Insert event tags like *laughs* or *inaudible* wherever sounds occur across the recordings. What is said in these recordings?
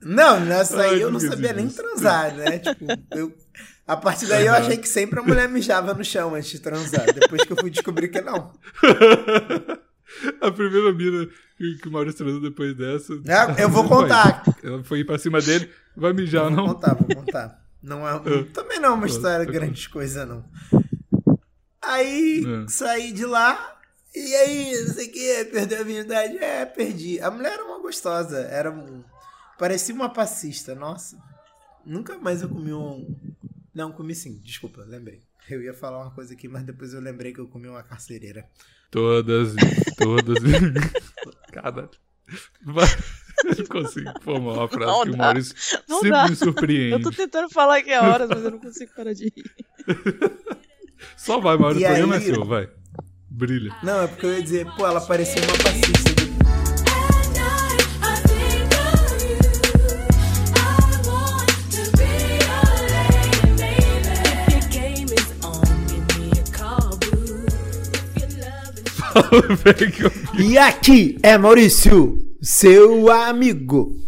Não, nessa Ai, aí eu que não sabia esquisito. nem transar, né? Tipo, eu- a partir daí eu achei que sempre a mulher mijava no chão antes de transar. Depois que eu fui descobrir que *laughs* não. A primeira mina que que o Maurício transou depois dessa. Ah, eu vou *laughs* Vai. contar. Ela foi ir pra cima dele, vai mijar, Vou não? contar, vou contar. Não *laughs* é, também não é uma história tá grande coisa, não. Aí É. saí de lá, e aí, não sei o que, perdeu a virgindade. É, perdi. A mulher era uma gostosa, era um- parecia uma passista, nossa. Nunca mais eu comi um. Não, comi sim, desculpa, lembrei. Eu ia falar uma coisa aqui, mas depois eu lembrei que eu comi uma carcereira. Todas, todas. *laughs* Cada. Vai. Eu não consigo formar uma frase Não que o dá. Maurício Não sempre dá. me Eu tô surpreende. tentando falar aqui há horas, mas eu não consigo parar de rir. Só vai, Maurício. E O programa aí- é seu, vai. Brilha. Não, é porque eu ia dizer, pô, ela parecia uma passista. And I, I think of you. I want to be your lady, baby. If your game is on, give me a call, boo. If your love is Ah. *laughs* Vem que eu- E aqui é Maurício, seu amigo.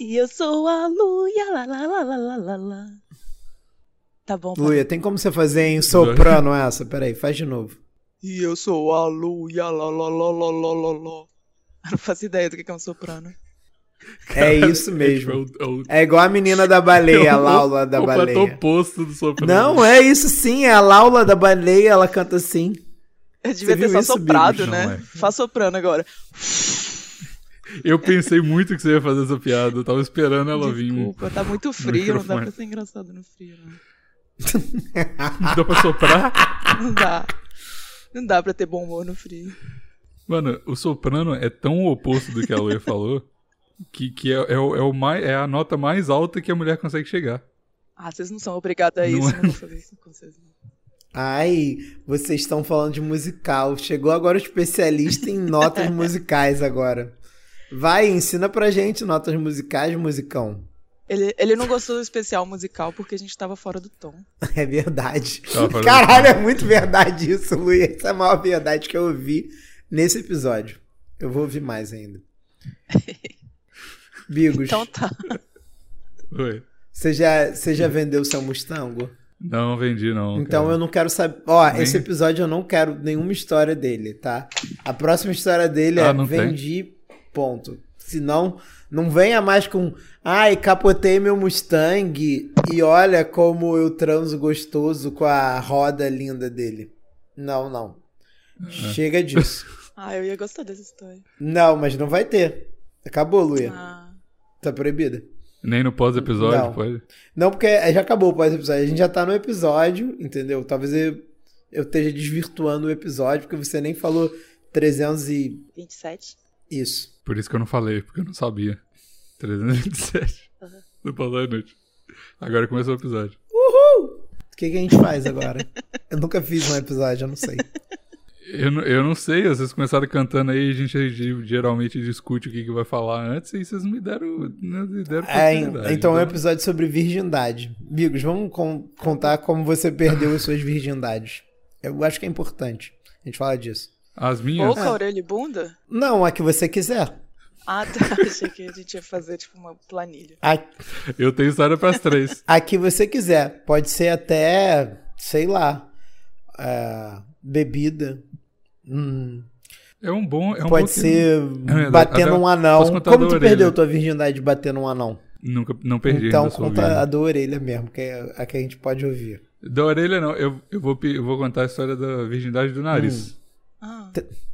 E eu sou a Luia, lá, lá, lá, lá, lá, lá, lá. Tá bom, pai. Luia, tem como você fazer em *laughs* soprano essa? Peraí, faz de novo. E eu sou a Luia, lá, lá, lá, lá, lá, lá, lá. Eu não faço ideia do que é um soprano. É isso mesmo. É, o- É igual a menina da baleia, é *laughs* a o- Laula da o completo baleia. oposto do soprano. Não, é isso sim, é a Laula da baleia, ela canta assim. Eu devia Você ter viu só isso, soprado, Bibi? Não, né? é. Faz soprano agora. Eu pensei muito que você ia fazer essa piada. Eu tava esperando ela vir. um- Desculpa, tá muito frio, não dá microfone. pra ser engraçado no frio, não. Não dá pra soprar? Não dá. Não dá pra ter bom humor no frio. Mano, o soprano é tão o oposto do que a Luia falou que, que é, é o, é, o mais, é a nota mais alta que a mulher consegue chegar. Ah, vocês não são obrigados a Não isso, é. não vou fazer isso com vocês. não. Ai, vocês estão falando de musical. Chegou agora o especialista em *laughs* notas musicais agora. Vai, ensina pra gente notas musicais, musicão. Ele, ele não gostou do especial musical porque a gente tava fora do tom. *laughs* É verdade. Tava falando- Caralho, é muito verdade isso, Luiz. Essa é a maior verdade que eu ouvi nesse episódio. Eu vou ouvir mais ainda. Bigos, Então tá. Oi. você, já, você já vendeu seu Mustango? Não vendi, não. então cara. eu não quero saber. Ó, Nem- esse episódio eu não quero nenhuma história dele, tá? A próxima história dele Ah, é não tem? vendi, ponto. Senão, não venha mais com. Ai, capotei meu Mustang e olha como eu transo gostoso com a roda linda dele. Não, não. É. Chega *laughs* disso. Ah, eu ia gostar dessa história. Não, mas não vai ter. Acabou, Luia. Ah, Tá proibida. Nem no pós-episódio, Não. pode? Não, porque é, já acabou o pós-episódio. A gente já tá no episódio, entendeu? Talvez eu, eu esteja desvirtuando o episódio, porque você nem falou 300 e 27? isso. Por isso que eu não falei, porque eu não sabia. 327. Do Paulo à noite. Agora começou o episódio. O que, que a gente faz agora? eu nunca fiz um episódio, eu não sei. Eu, não- eu não sei, vocês começaram cantando aí, a gente ge- geralmente discute o que, que vai falar antes e vocês não me deram, não me deram É, oportunidade. então é um episódio sobre virgindade. Bigos, vamos con- contar como você perdeu as suas virgindades. Eu acho que é importante a gente falar disso. As minhas? Boca, orelha e bunda? Não, a que você quiser. Ah, tá. *laughs* Achei que a gente ia fazer tipo uma planilha. A Eu tenho história pras três. A que você quiser. Pode ser até, sei lá, é, bebida. Hum, É um bom... É um bom pode que ser verdade. batendo *laughs* Até um posso anão. contar Como da tu orelha. perdeu tua virgindade batendo um anão? Nunca, não perdi então ainda, sou conta virgem. a da orelha mesmo, que é a que a gente pode ouvir. Da orelha não, eu, eu, vou, pe- eu vou contar a história da virgindade do nariz. Hum. Ah,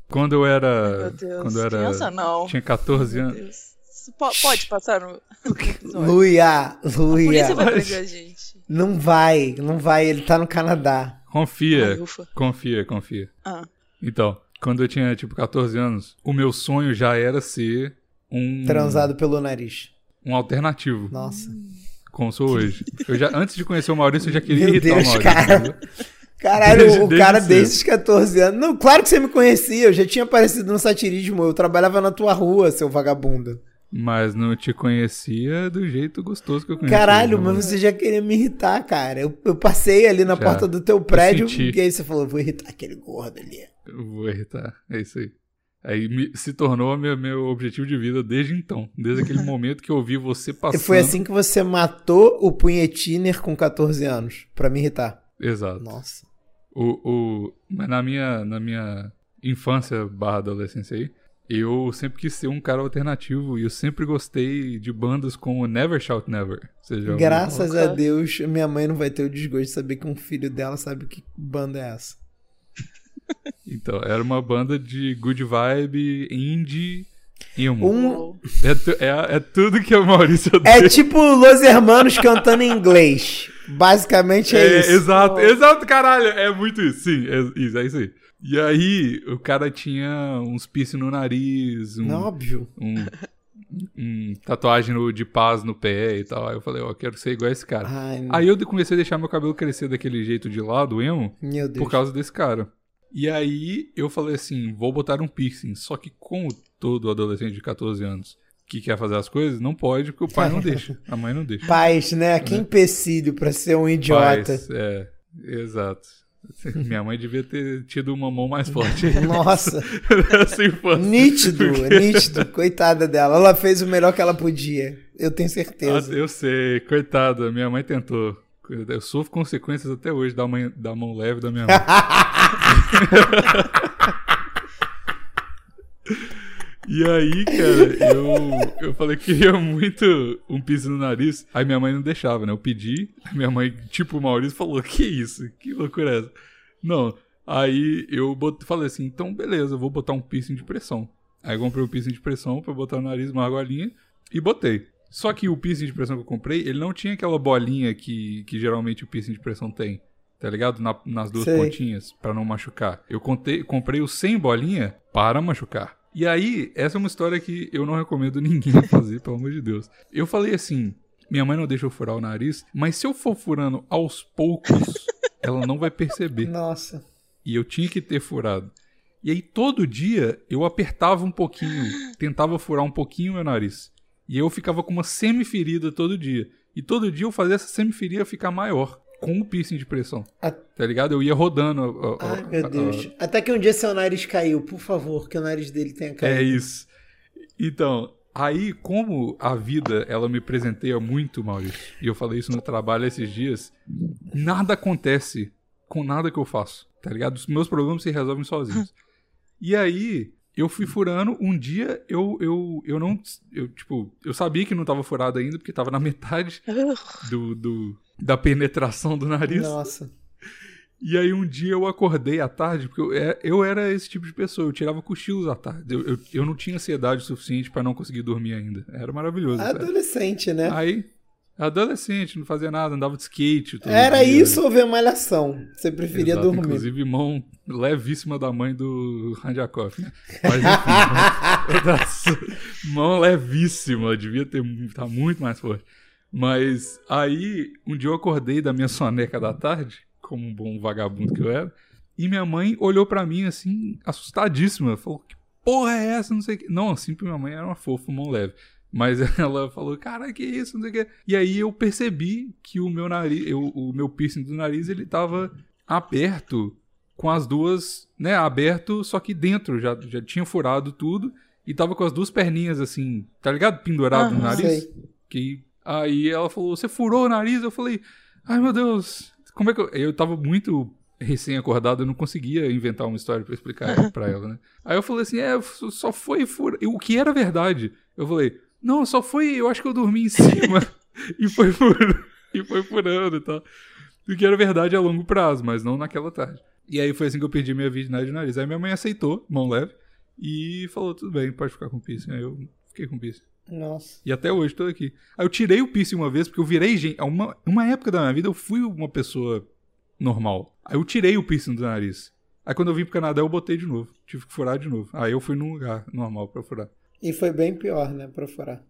Quando eu era... meu Deus. É, Quando eu era... Criança não. Tinha 14 Meu anos. Deus. Isso po- pode passar no no episódio. Luia, é- Por isso Luia. vai prender a gente. Não vai, não vai, ele tá no Canadá. Confia, Ai, ufa. confia, confia. Ah, Então, quando eu tinha, tipo, 14 anos, o meu sonho já era ser um... Transado pelo nariz. Um alternativo. Nossa. Hum. como sou hoje. Eu já, antes de conhecer o Maurício, eu já queria Meu irritar Deus, o Maurício. cara. entendeu? Caralho, Desde- o desde cara cedo. desde os 14 anos. Não, claro que você me conhecia, eu já tinha aparecido no satirismo, eu trabalhava na tua rua, seu vagabundo. Mas não te conhecia do jeito gostoso que eu conhecia. Caralho, né, mas você já queria me irritar, cara. Eu, eu passei ali na Já. porta do teu prédio senti. e aí você falou, vou irritar aquele gordo ali. Eu vou irritar, é isso aí. Aí me- se tornou meu, meu objetivo de vida desde então. Desde *laughs* aquele momento que eu vi você E passando. foi assim que você matou o punhetiner com 14 anos, pra me irritar. Exato. Nossa. O, o, mas na minha, na minha infância barra adolescência aí, eu sempre quis ser um cara alternativo e eu sempre gostei de bandas como Never Shout Never. Você já ouviu? Graças nunca- a Deus, minha mãe não vai ter o desgosto de saber que um filho dela sabe que banda é essa. Então, era uma banda de good vibe, indie, emo. Um, Uou. É, tu- é, é tudo que o Maurício odeia. é tipo Los Hermanos cantando em inglês. Basicamente é, É, isso. Exato, Pô. exato, caralho. É muito isso, sim. É isso, é isso aí. E aí, o cara tinha uns piercing no nariz, um, Não, óbvio. um- um tatuagem no- de paz no pé e tal. Aí eu falei, ó, quero ser igual esse cara. Ai, Aí eu de- comecei a deixar meu cabelo crescer daquele jeito de lado, emo, meu Deus. por causa desse cara. E aí eu falei assim, vou botar um piercing. Só que como todo adolescente de 14 anos que quer fazer as coisas, não pode, porque o *laughs* pai não deixa, a mãe não deixa. Paz, né? Que empecilho pra ser um idiota. Pais, é, exato. *laughs* Minha mãe devia ter tido uma mão *laughs* mais forte *laughs* Nossa, nessa *laughs* infância. nítido, Porque- nítido. Coitada dela. Ela fez o melhor que ela podia. Eu tenho certeza. Ah, eu sei, coitada, minha mãe tentou. Eu sofro consequências até hoje da, mãe, da mão leve da *laughs* minha mãe. E aí, cara, eu, eu falei que queria muito um piso no nariz. Aí minha mãe não deixava, né? Eu pedi. Aí minha mãe, tipo, o Maurício falou: Que isso? Que loucura é essa? Não. Aí eu bot... falei assim: Então, beleza, eu vou botar um piercing de pressão. Aí eu comprei um piercing de pressão pra botar no nariz, uma argolinha, e botei. Só que o piercing de pressão que eu comprei, ele não tinha aquela bolinha que, que geralmente o piercing de pressão tem. Tá ligado? Na- nas duas Sei. pontinhas, pra não machucar. Eu contei, comprei o sem bolinha para machucar. E aí, essa é uma história que eu não recomendo *laughs* ninguém fazer, pelo amor de Deus. Eu falei assim: minha mãe não deixa eu furar o nariz, mas se eu for furando aos poucos, ela não vai perceber. Nossa. E eu tinha que ter furado. E aí todo dia eu apertava um pouquinho, tentava furar um pouquinho meu nariz. E eu ficava com uma semiferida todo dia. E todo dia eu fazia essa semiferida ficar maior, com o piercing de pressão. Ah. Tá ligado? Eu ia rodando. ó, ó, Ai, ó, meu ó, Deus. Até que um dia seu nariz caiu. Por favor, que o nariz dele tenha É caído. isso. Então, aí como a vida, ela me presenteia muito, Maurício, e eu falei isso no trabalho esses dias, nada acontece com nada que eu faço, tá ligado? Os meus problemas se resolvem sozinhos. E aí, eu fui furando, um dia eu, eu, eu não, eu, tipo, eu sabia que não tava furado ainda, porque tava na metade do, do, da penetração do nariz. Nossa. E aí um dia eu acordei à tarde, porque eu, é- eu era esse tipo de pessoa, eu tirava cochilos à tarde. Eu, eu, eu não tinha ansiedade suficiente pra não conseguir dormir ainda. Era maravilhoso. sabe? Adolescente, né? Aí, adolescente, não fazia nada, andava de skate. todo Era dia. isso ou ver malhação? Você preferia Exato, dormir. *laughs* Inclusive, mão levíssima da mãe do Randjakov, *laughs* né? Mas enfim, mão- das- mão levíssima, devia ter mu- tá muito mais forte. Mas aí, um dia eu acordei da minha soneca da tarde, como um bom vagabundo que eu era, e minha mãe olhou pra mim assim, assustadíssima. Falou: Que porra é essa? Não sei o que. Não, assim, minha mãe era uma fofa, mão leve. Mas *laughs* ela falou, cara, que isso, não sei o que. E aí eu percebi que o meu nariz, eu- o meu piercing do nariz, ele tava aberto com as duas, né, aberto, só que dentro, já, já tinha furado tudo e tava com as duas perninhas assim, tá ligado? Pendurado no Aham. nariz. Que aí ela falou: "Você furou o nariz?" Eu falei: "Ai, meu Deus. Como é que eu eu tava muito recém acordado, eu não conseguia inventar uma história pra explicar pra ela, né? Aí eu falei assim: "É, f- só foi fura, o que era verdade?" Eu falei: "Não, só foi, eu acho que eu dormi em cima *laughs* e foi furando, e foi furando e tal." O que era verdade a longo prazo, mas não naquela tarde. E aí foi assim que eu perdi minha virgindade de nariz. Aí minha mãe aceitou, mão leve, e falou: "Tudo bem, pode ficar com o piercing." Aí eu fiquei com o piercing. Nossa. E até hoje tô aqui. Aí eu tirei o piercing uma vez, porque eu virei gente. é Uma, uma época da minha vida eu fui uma pessoa normal. Aí eu tirei o piercing do nariz. Aí quando eu vim pro Canadá eu botei de novo. Tive que furar de novo. Aí eu fui num lugar normal pra furar. E foi bem pior, né? Pra furar.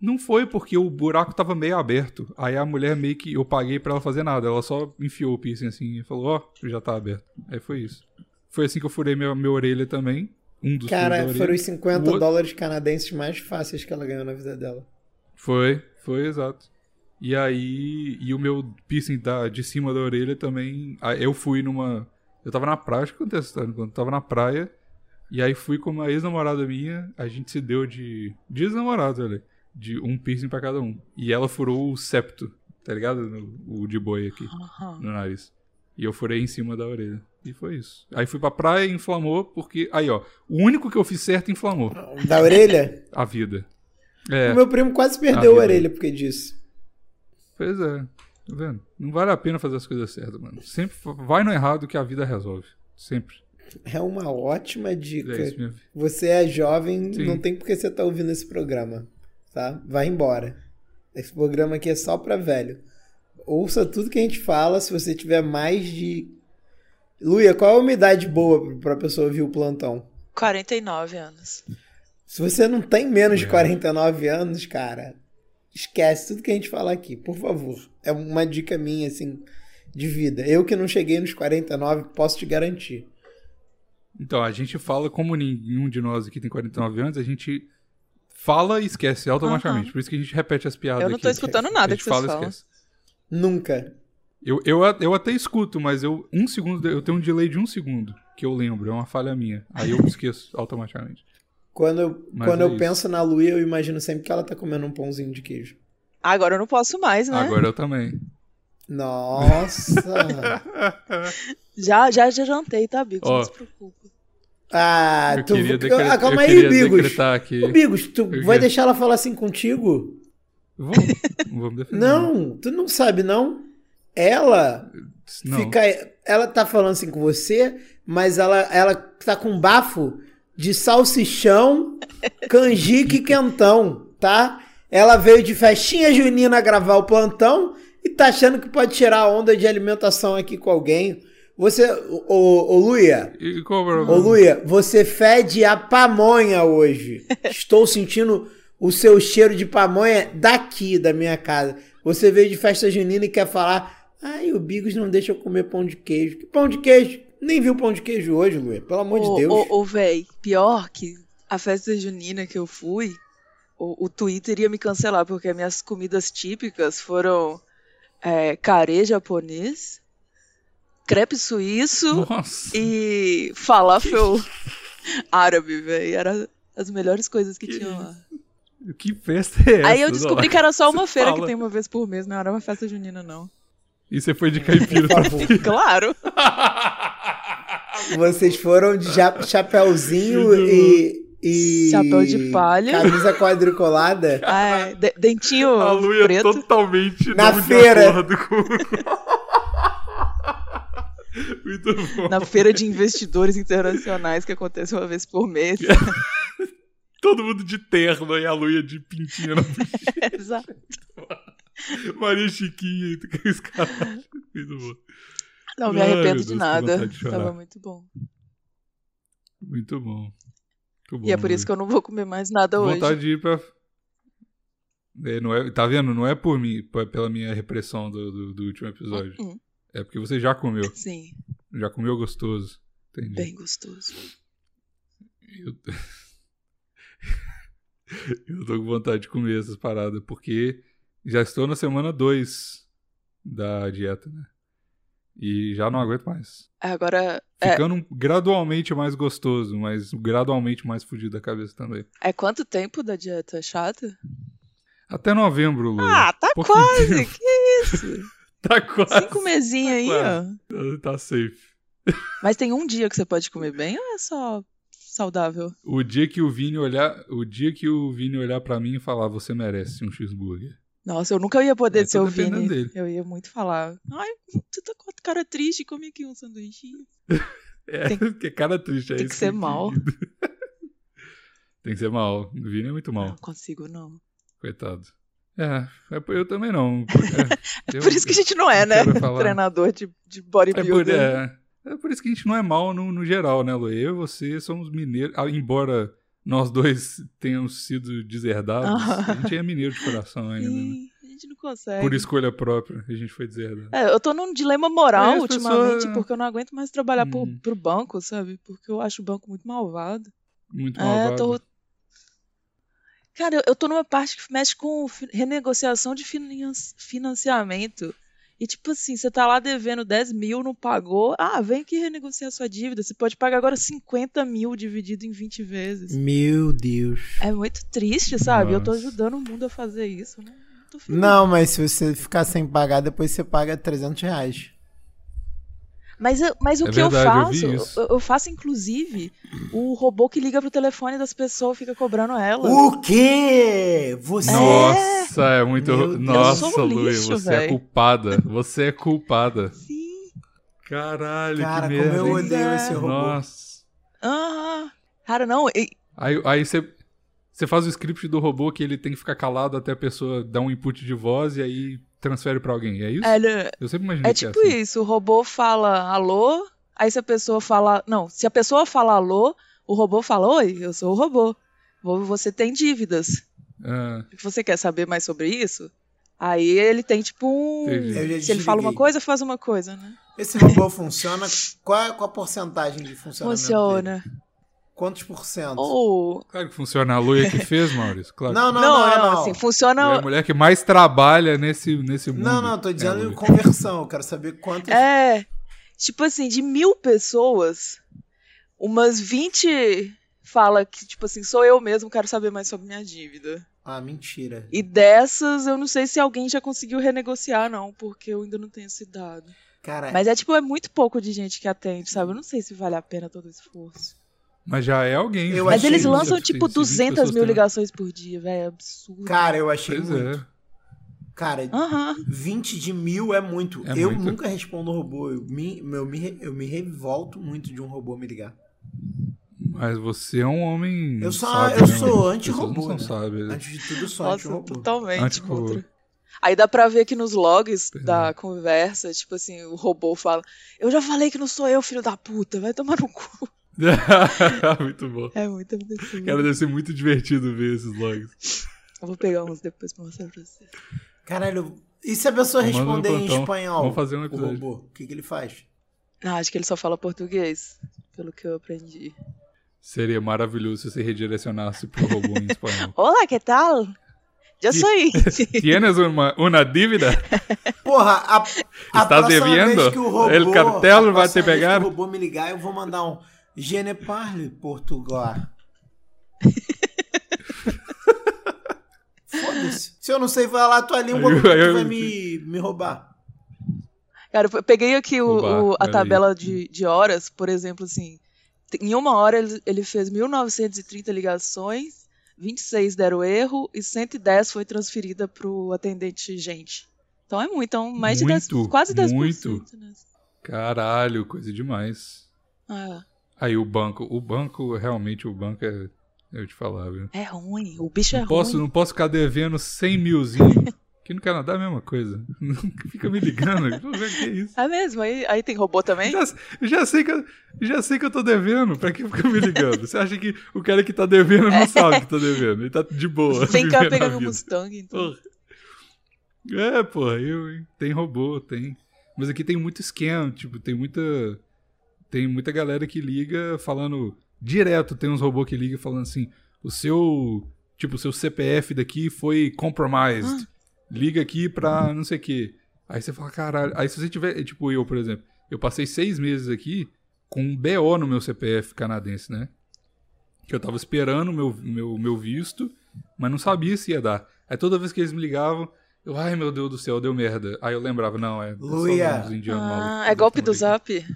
Não foi porque o buraco tava meio aberto. Aí a mulher meio que. Eu paguei pra ela fazer nada. Ela só enfiou o piercing assim e falou: Ó, já tá aberto. Aí foi isso. Foi assim que eu furei minha, minha orelha também. Um dos furos da Cara, orelha. foram os 50 O outro- dólares canadenses mais fáceis que ela ganhou na vida dela. Foi, foi exato. E aí, e o meu piercing da, de cima da orelha também. ah, Eu fui numa. Eu tava na praia, acho que aconteceu, essa história, quando eu tava na praia, E aí fui com uma ex-namorada minha, a gente se deu de. De ex-namorado, olha. aí, De um piercing pra cada um. E ela furou o septo, tá ligado? No- o de boi aqui, Aham. no nariz. E eu furei em cima da orelha. E foi isso. Aí fui pra praia e inflamou, porque. Aí, ó. O único que eu fiz certo inflamou. Da orelha? A vida. É. O meu primo quase Ah, perdeu a viu? orelha por causa disso. Pois é, tá vendo? Não vale a pena fazer as coisas certas, mano. Sempre fa- vai no errado que a vida resolve. Sempre. É uma ótima dica. É isso mesmo. Você é jovem, Sim. não tem por que você tá ouvindo esse programa, tá? Vai embora. Esse programa aqui é só pra velho. Ouça tudo que a gente fala, se você tiver mais de... Luia, qual é a umidade boa pra pessoa ouvir o plantão? 49 anos. Se você não tem menos de É. 49 anos, cara, esquece tudo que a gente fala aqui, por favor. É uma dica minha, assim, de vida. Eu que não cheguei nos 49, posso te garantir. Então, a gente fala, como nenhum de nós aqui tem 49 anos, a gente fala e esquece automaticamente. Por isso que a gente repete as piadas Eu não tô aqui. escutando A nada gente que vocês e falam. esquece. Nunca. Eu, eu, a- eu até escuto, mas eu um segundo, eu tenho um delay de um segundo que eu lembro, é uma falha minha. Aí eu esqueço *laughs* automaticamente. Quando eu, Mas quando é eu isso. penso na Luia, eu imagino sempre que ela tá comendo um pãozinho de queijo. Agora eu não posso mais, né? Agora eu também. *laughs* Nossa! Já, já, já jantei, tá, Bigos? Ó. Não se preocupa. ah, eu tu. queria, decre- Ah, calma aí, eu queria Bigos. decretar aqui. Ô, Bigos, tu quê? vai deixar ela falar assim contigo? Vou, vou me defender. Não, tu não sabe, não. Ela Não. fica. Ela tá falando assim com você, mas ela, ela tá com bafo de salsichão, canjica e quentão, tá? Ela veio de festinha junina gravar o plantão e tá achando que pode tirar a onda de alimentação aqui com alguém. Você, ô, ô, ô Luia, E qual é o Ô, problema? Luia, você fede a pamonha hoje. Estou sentindo o seu cheiro de pamonha daqui da minha casa. Você veio de festa junina e quer falar. Ai, o Bigos não deixa eu comer pão de queijo. Que pão de queijo? Nem viu pão de queijo hoje, Luia. Pelo amor de Deus. Ô, ô, véi, pior que a festa junina que eu fui, o, o Twitter ia me cancelar, porque as minhas comidas típicas foram é, carê japonês, crepe suíço Nossa. e falafel *laughs* árabe, véi. Era as melhores coisas que, Que tinham lá. Que festa é essa? Aí eu descobri que era só uma feira que fala. tem uma vez por mês, não era uma festa junina, não. *laughs* E você foi de caipira. Por favor. Claro! Vocês foram de ja- chapéuzinho Muito e, e. Chapéu de palha. Camisa quadricolada. Ah, é, de- dentinho *laughs* A Lu é preto. totalmente Na não de feira. acordo com- *laughs* Muito bom. Na feira de investidores internacionais que acontece uma vez por mês. Todo mundo de terno e a Luia de pintinha. na- Exato. *laughs* Maria Chiquinha. Esse caralho. Muito bom. Não me Ai, meu arrependo Deus, de que nada. vontade de chorar. Tava muito bom. Muito bom. Muito bom. E é por isso que eu não vou comer mais nada hoje. Vontade de ir pra... É, não é, tá vendo? Não é por mim, p- pela minha repressão do, do- do último episódio. Hum, É porque você já comeu. Sim, Já comeu gostoso. Entendi. bem gostoso. Eu... *laughs* Eu tô com vontade de comer essas paradas, porque já estou na semana 2 da dieta, né? E já não aguento mais. Agora é, Ficando um- gradualmente mais gostoso, mas gradualmente mais fudido da cabeça também. é quanto tempo da dieta É, chata? Até novembro, Lu. Ah, tá pouco quase! tempo. Que isso? *laughs* tá quase. Cinco mesinhos aí, ó. Tá, tá safe. Mas tem um dia que você pode comer bem ou é só saudável? O dia que o Vini olhar, o dia que o Vini olhar pra mim e falar, você merece um cheeseburger. Nossa, eu nunca ia poder É, tô ser o dependendo Vini. dele. Eu ia muito falar. Ai, tu tá com a cara triste, come aqui um sanduíche. É, Tem- *laughs* que cara triste é tem que isso ser eu mal. entendi. Tem que ser mal. O Vini é muito mal, Não consigo, não. coitado. É, é por- eu também não. por- É, *laughs* É por isso que a gente não é, eu né? quero falar. Treinador de, de é por, bodybuilder. é, é por isso que a gente não é mal no, no geral, né, Lu? Eu e você somos mineiros. ah, Embora nós dois tenhamos sido *laughs* deserdados, Ah. a gente é mineiro de coração ainda. né? Sim, a gente não consegue. Por escolha própria, a gente foi deserdado. É, eu tô num dilema moral Mas as ultimamente, pessoas- porque eu não aguento mais trabalhar pro- Hum. pro banco, sabe? Porque eu acho o banco muito malvado. Muito É, eu malvado. tô. Cara, eu- eu tô numa parte que mexe com fi- renegociação de finan- financiamento. E E tipo assim, você tá lá devendo 10 mil, não pagou. Ah, vem aqui renegociar sua dívida. Você pode pagar agora 50 mil dividido em 20 vezes. Meu Deus. É muito triste, sabe? Eu tô Hum. Nossa. ajudando o mundo a fazer isso, né? Tô feliz. Não, mas se você ficar sem pagar, depois você paga 300 reais. Mas, eu- mas o É que eu verdade, eu vi faço, eu, isso. eu faço inclusive o robô que liga pro telefone das pessoas fica cobrando ela. O quê? Você. Nossa, é muito. Meu Deus. Nossa, Eu sou um Luiz, lixo, você é véi. culpada. Você é culpada. Sim. Caralho, Cara, que como merda. eu hein? odeio esse robô. Nossa. Ah, cara, não. e- Aí aí você. você faz o script do robô que ele tem que ficar calado até a pessoa dar um input de voz e aí transfere pra alguém. É isso? Ela, Eu sempre imaginei é que tipo é assim. isso, o robô fala alô, aí se a pessoa fala. Não, se a pessoa fala alô, o robô fala, oi, eu sou o robô. Vo- Você tem dívidas. Ah, Você quer saber mais sobre isso? Aí ele tem tipo um. Entendi. Eu já Se ele fala uma desliguei. coisa, faz uma coisa, né? Esse robô funciona? Qual, é- qual a porcentagem de funcionamento? dele? Funciona. Quantos por cento? Ou. claro que funciona. A Luia que fez, *laughs* Maurício? Claro. Não, não, não, Não, não. Não, assim, Luia é funciona. a mulher que mais trabalha nesse, nesse mundo. não, tô É, dizendo Luia. conversão. Eu quero saber quantos. É. Tipo assim, de mil pessoas, umas 20 fala que, tipo assim, sou eu mesmo, quero saber mais sobre minha dívida. Ah, mentira. E dessas, eu não sei se alguém já conseguiu renegociar, não, porque eu ainda não tenho esse dado. Cara, Mas é tipo, é muito pouco de gente que atende, sabe? Eu não sei se vale a pena todo o esforço. Mas já é alguém. Eu Mas já. Mas achei eles isso, lançam, Tem- tipo, tem 20 200 mil pessoas que- ligações por dia, velho. É absurdo. cara, eu achei Pois muito. é. Cara, Aham. 20 de mil é muito. É eu muito. nunca respondo um robô. Eu me, eu, me, re- eu me revolto muito de um robô me ligar. Mas você é um homem. Eu sou- sábio, eu né, sou mano? anti-robô, As pessoas não né? são sábias. *laughs* Antes de um tudo, sou Nossa, anti-robô. totalmente Anti- contra. Aí dá pra ver que nos logs Pois é. da conversa, tipo assim, o robô fala: Eu já falei que não sou eu, filho da puta, vai tomar no cu. *laughs* muito bom. É muito absurdo. Cara, deve ser muito divertido ver esses logs. Eu vou pegar uns depois pra mostrar pra vocês. Caralho, e se a pessoa Comando no responder em plantão. espanhol? Vamos fazer um o episódio. robô, o que, que ele faz? Ah, acho que ele só fala português, pelo que eu aprendi. Seria maravilhoso se você redirecionasse *laughs* pro robô em espanhol. Olá, que tal? Já Ih. sei. Tienes uma, una dívida? Porra, a, a Estás próxima deviendo? vez que o robô, El cartel a vai próxima te vez pegar? Que o robô me ligar, eu vou mandar um Gene Parle Portugal. Foda-se. Se eu não sei falar a tua língua, Aí- como é que aí- tu vai me, me roubar? Cara, eu peguei aqui o- Oba, o- a olha aí. tabela de, de horas, por exemplo, assim. te- Em uma hora ele, ele fez 1.930 ligações, 26 deram erro e 110 foi transferida pro atendente gente. Então é muito, então mais de 10, Muito, quase 10%. muito. Né? Caralho, coisa demais. Ah, Aí o banco. O banco, realmente, o banco é. Eu te falava. viu? é ruim, o bicho é Não posso, ruim. não posso ficar devendo 100 *laughs* milzinho. que no Canadá é a mesma coisa. *laughs* Fica me ligando. Pô, velho, que isso? É mesmo, aí, aí tem robô *laughs* também? Já, já sei que eu, já sei que eu tô devendo, pra que ficar me ligando? Você acha que o cara que tá devendo não sabe que tá devendo? Ele tá de *laughs* boa. É. Vem cá vivendo a pegar meu vida. Mustang, então. Porra. É, porra, eu, hein? Tem robô, tem. Mas aqui tem muito scam, tipo, tem muita. Tem muita galera que liga falando. Direto tem uns robô que liga falando assim: o seu. Tipo, o seu CPF daqui foi compromised. Liga aqui pra não sei o quê. Aí você fala, caralho. Aí se você tiver. Tipo, eu, por exemplo, eu passei seis meses aqui com um BO no meu CPF canadense, né? Que eu tava esperando o meu, meu, meu visto, mas não sabia se ia dar. Aí toda vez que eles me ligavam, eu, ai meu Deus do céu, deu merda. Aí eu lembrava, não, é. é só Luia. uns indianos Ah, malucos. é golpe do Eles tão zap?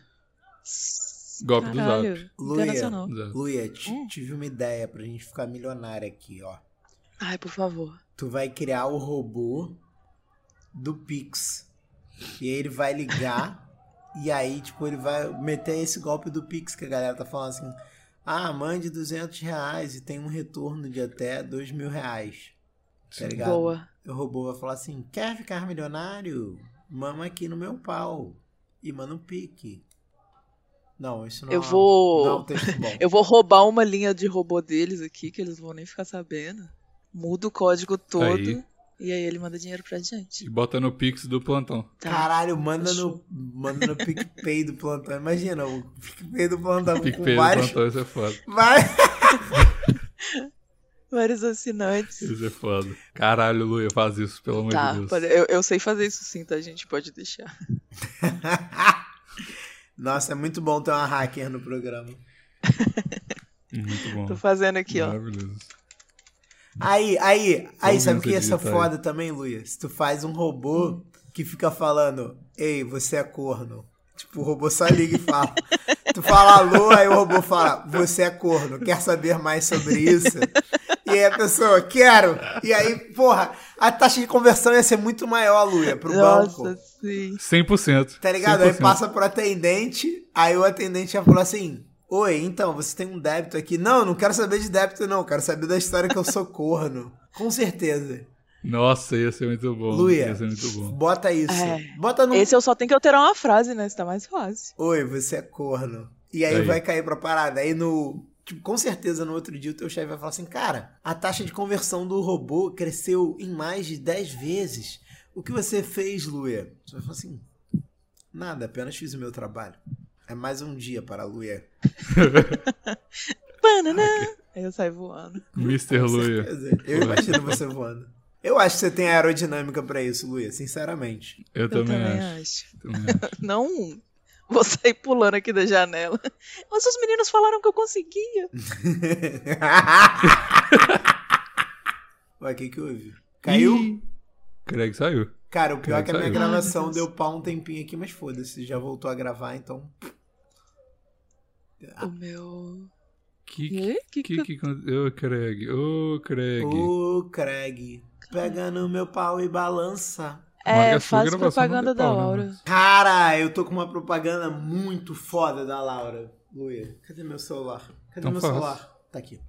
Golpe do zap. Caralho, Luia. Internacional. ligando. Exato. Luia, ti- Hum. tive uma ideia pra gente ficar milionário aqui, ó. Ai, por favor. Tu vai criar o robô do Pix. E aí ele vai ligar. *laughs* e aí, tipo, ele vai meter esse golpe do Pix que a galera tá falando assim. Ah, mande 200 reais e tem um retorno de até 2 mil reais. Tá ligado? Boa. O robô vai falar assim: quer ficar milionário? Mama aqui no meu pau. E manda um pique. Não, isso não Eu é, vou- não é um texto bom. *laughs* Eu vou roubar uma linha de robô deles aqui, que eles vão nem ficar sabendo. Muda o código todo. Aí. E aí ele manda dinheiro pra E gente. bota no Pix do plantão. Tá. Caralho, manda no, Fechou. manda no PicPay do plantão. Imagina, o *laughs* PicPay do plantão PicPay com do vários plantão, isso é foda. Vai. Vários assinantes. Isso é foda. Caralho, Luia, faz isso, pelo amor Tá, de Deus. pode- eu, eu sei fazer isso sim, tá, gente? Pode deixar. *laughs* Nossa, é muito bom ter uma hacker no programa. Muito bom. Tô fazendo aqui, ó. Maravilhoso. Aí, aí, aí, ouvindo sabe o que você ia ser digitar aí. foda também, Luia? Se tu faz um robô que fica falando, ei, você é corno. Tipo, o robô só liga e fala. *laughs* tu fala alô, aí o robô fala, você é corno, quer saber mais sobre isso? E aí a pessoa, quero! E aí, porra, a taxa de conversão ia ser muito maior, Luia, pro Nossa, banco. sim. 100%. Tá ligado? Aí 100%. passa pro atendente, aí o atendente já falou assim: Oi, então, você tem um débito aqui. Não, não quero saber de débito, não. Quero saber da história que eu sou corno. *laughs* Com certeza. Nossa, ia ser muito bom. Luia, Ia ser muito *laughs* bom. bota isso. É. Bota no. Esse eu só tenho que alterar uma frase, né? Isso tá mais fácil. Oi, você é corno. E aí, Aí. vai cair pra parada. Aí no. Tipo, com certeza no outro dia o teu chefe vai falar assim: Cara, a taxa de conversão do robô cresceu em mais de 10 vezes. O que você fez, Luia? Você vai falar assim: Nada, apenas fiz o meu trabalho. É mais um dia para a Luia. Banana! Aí eu saio voando. Mr. Com Luia. certeza. Eu imagino você voando. Eu acho que você tem aerodinâmica pra isso, Luia, *laughs* sinceramente. Eu, Eu também, também acho. acho. *laughs* Também *laughs* acho. Não um. vou sair pulando aqui da janela. Mas os meninos falaram que eu conseguia. Ué, o que que houve? Caiu? Ih, Craig saiu. Cara, o pior é que a minha Caiu. gravação Ai, meu Deus. deu pau um tempinho aqui, mas foda-se, já voltou a gravar, então. O meu. Que que, Quê? Que que, que que- aconte- Ô, Craig. Ô, Craig. Ô, Craig, pega no meu pau e balança. Marca É, a sua faz gravação, não propaganda dê da pau, né, Laura. mano? Cara, eu tô com uma propaganda muito foda da Laura. Luia, cadê meu celular? Cadê Então meu faz. celular? Tá aqui.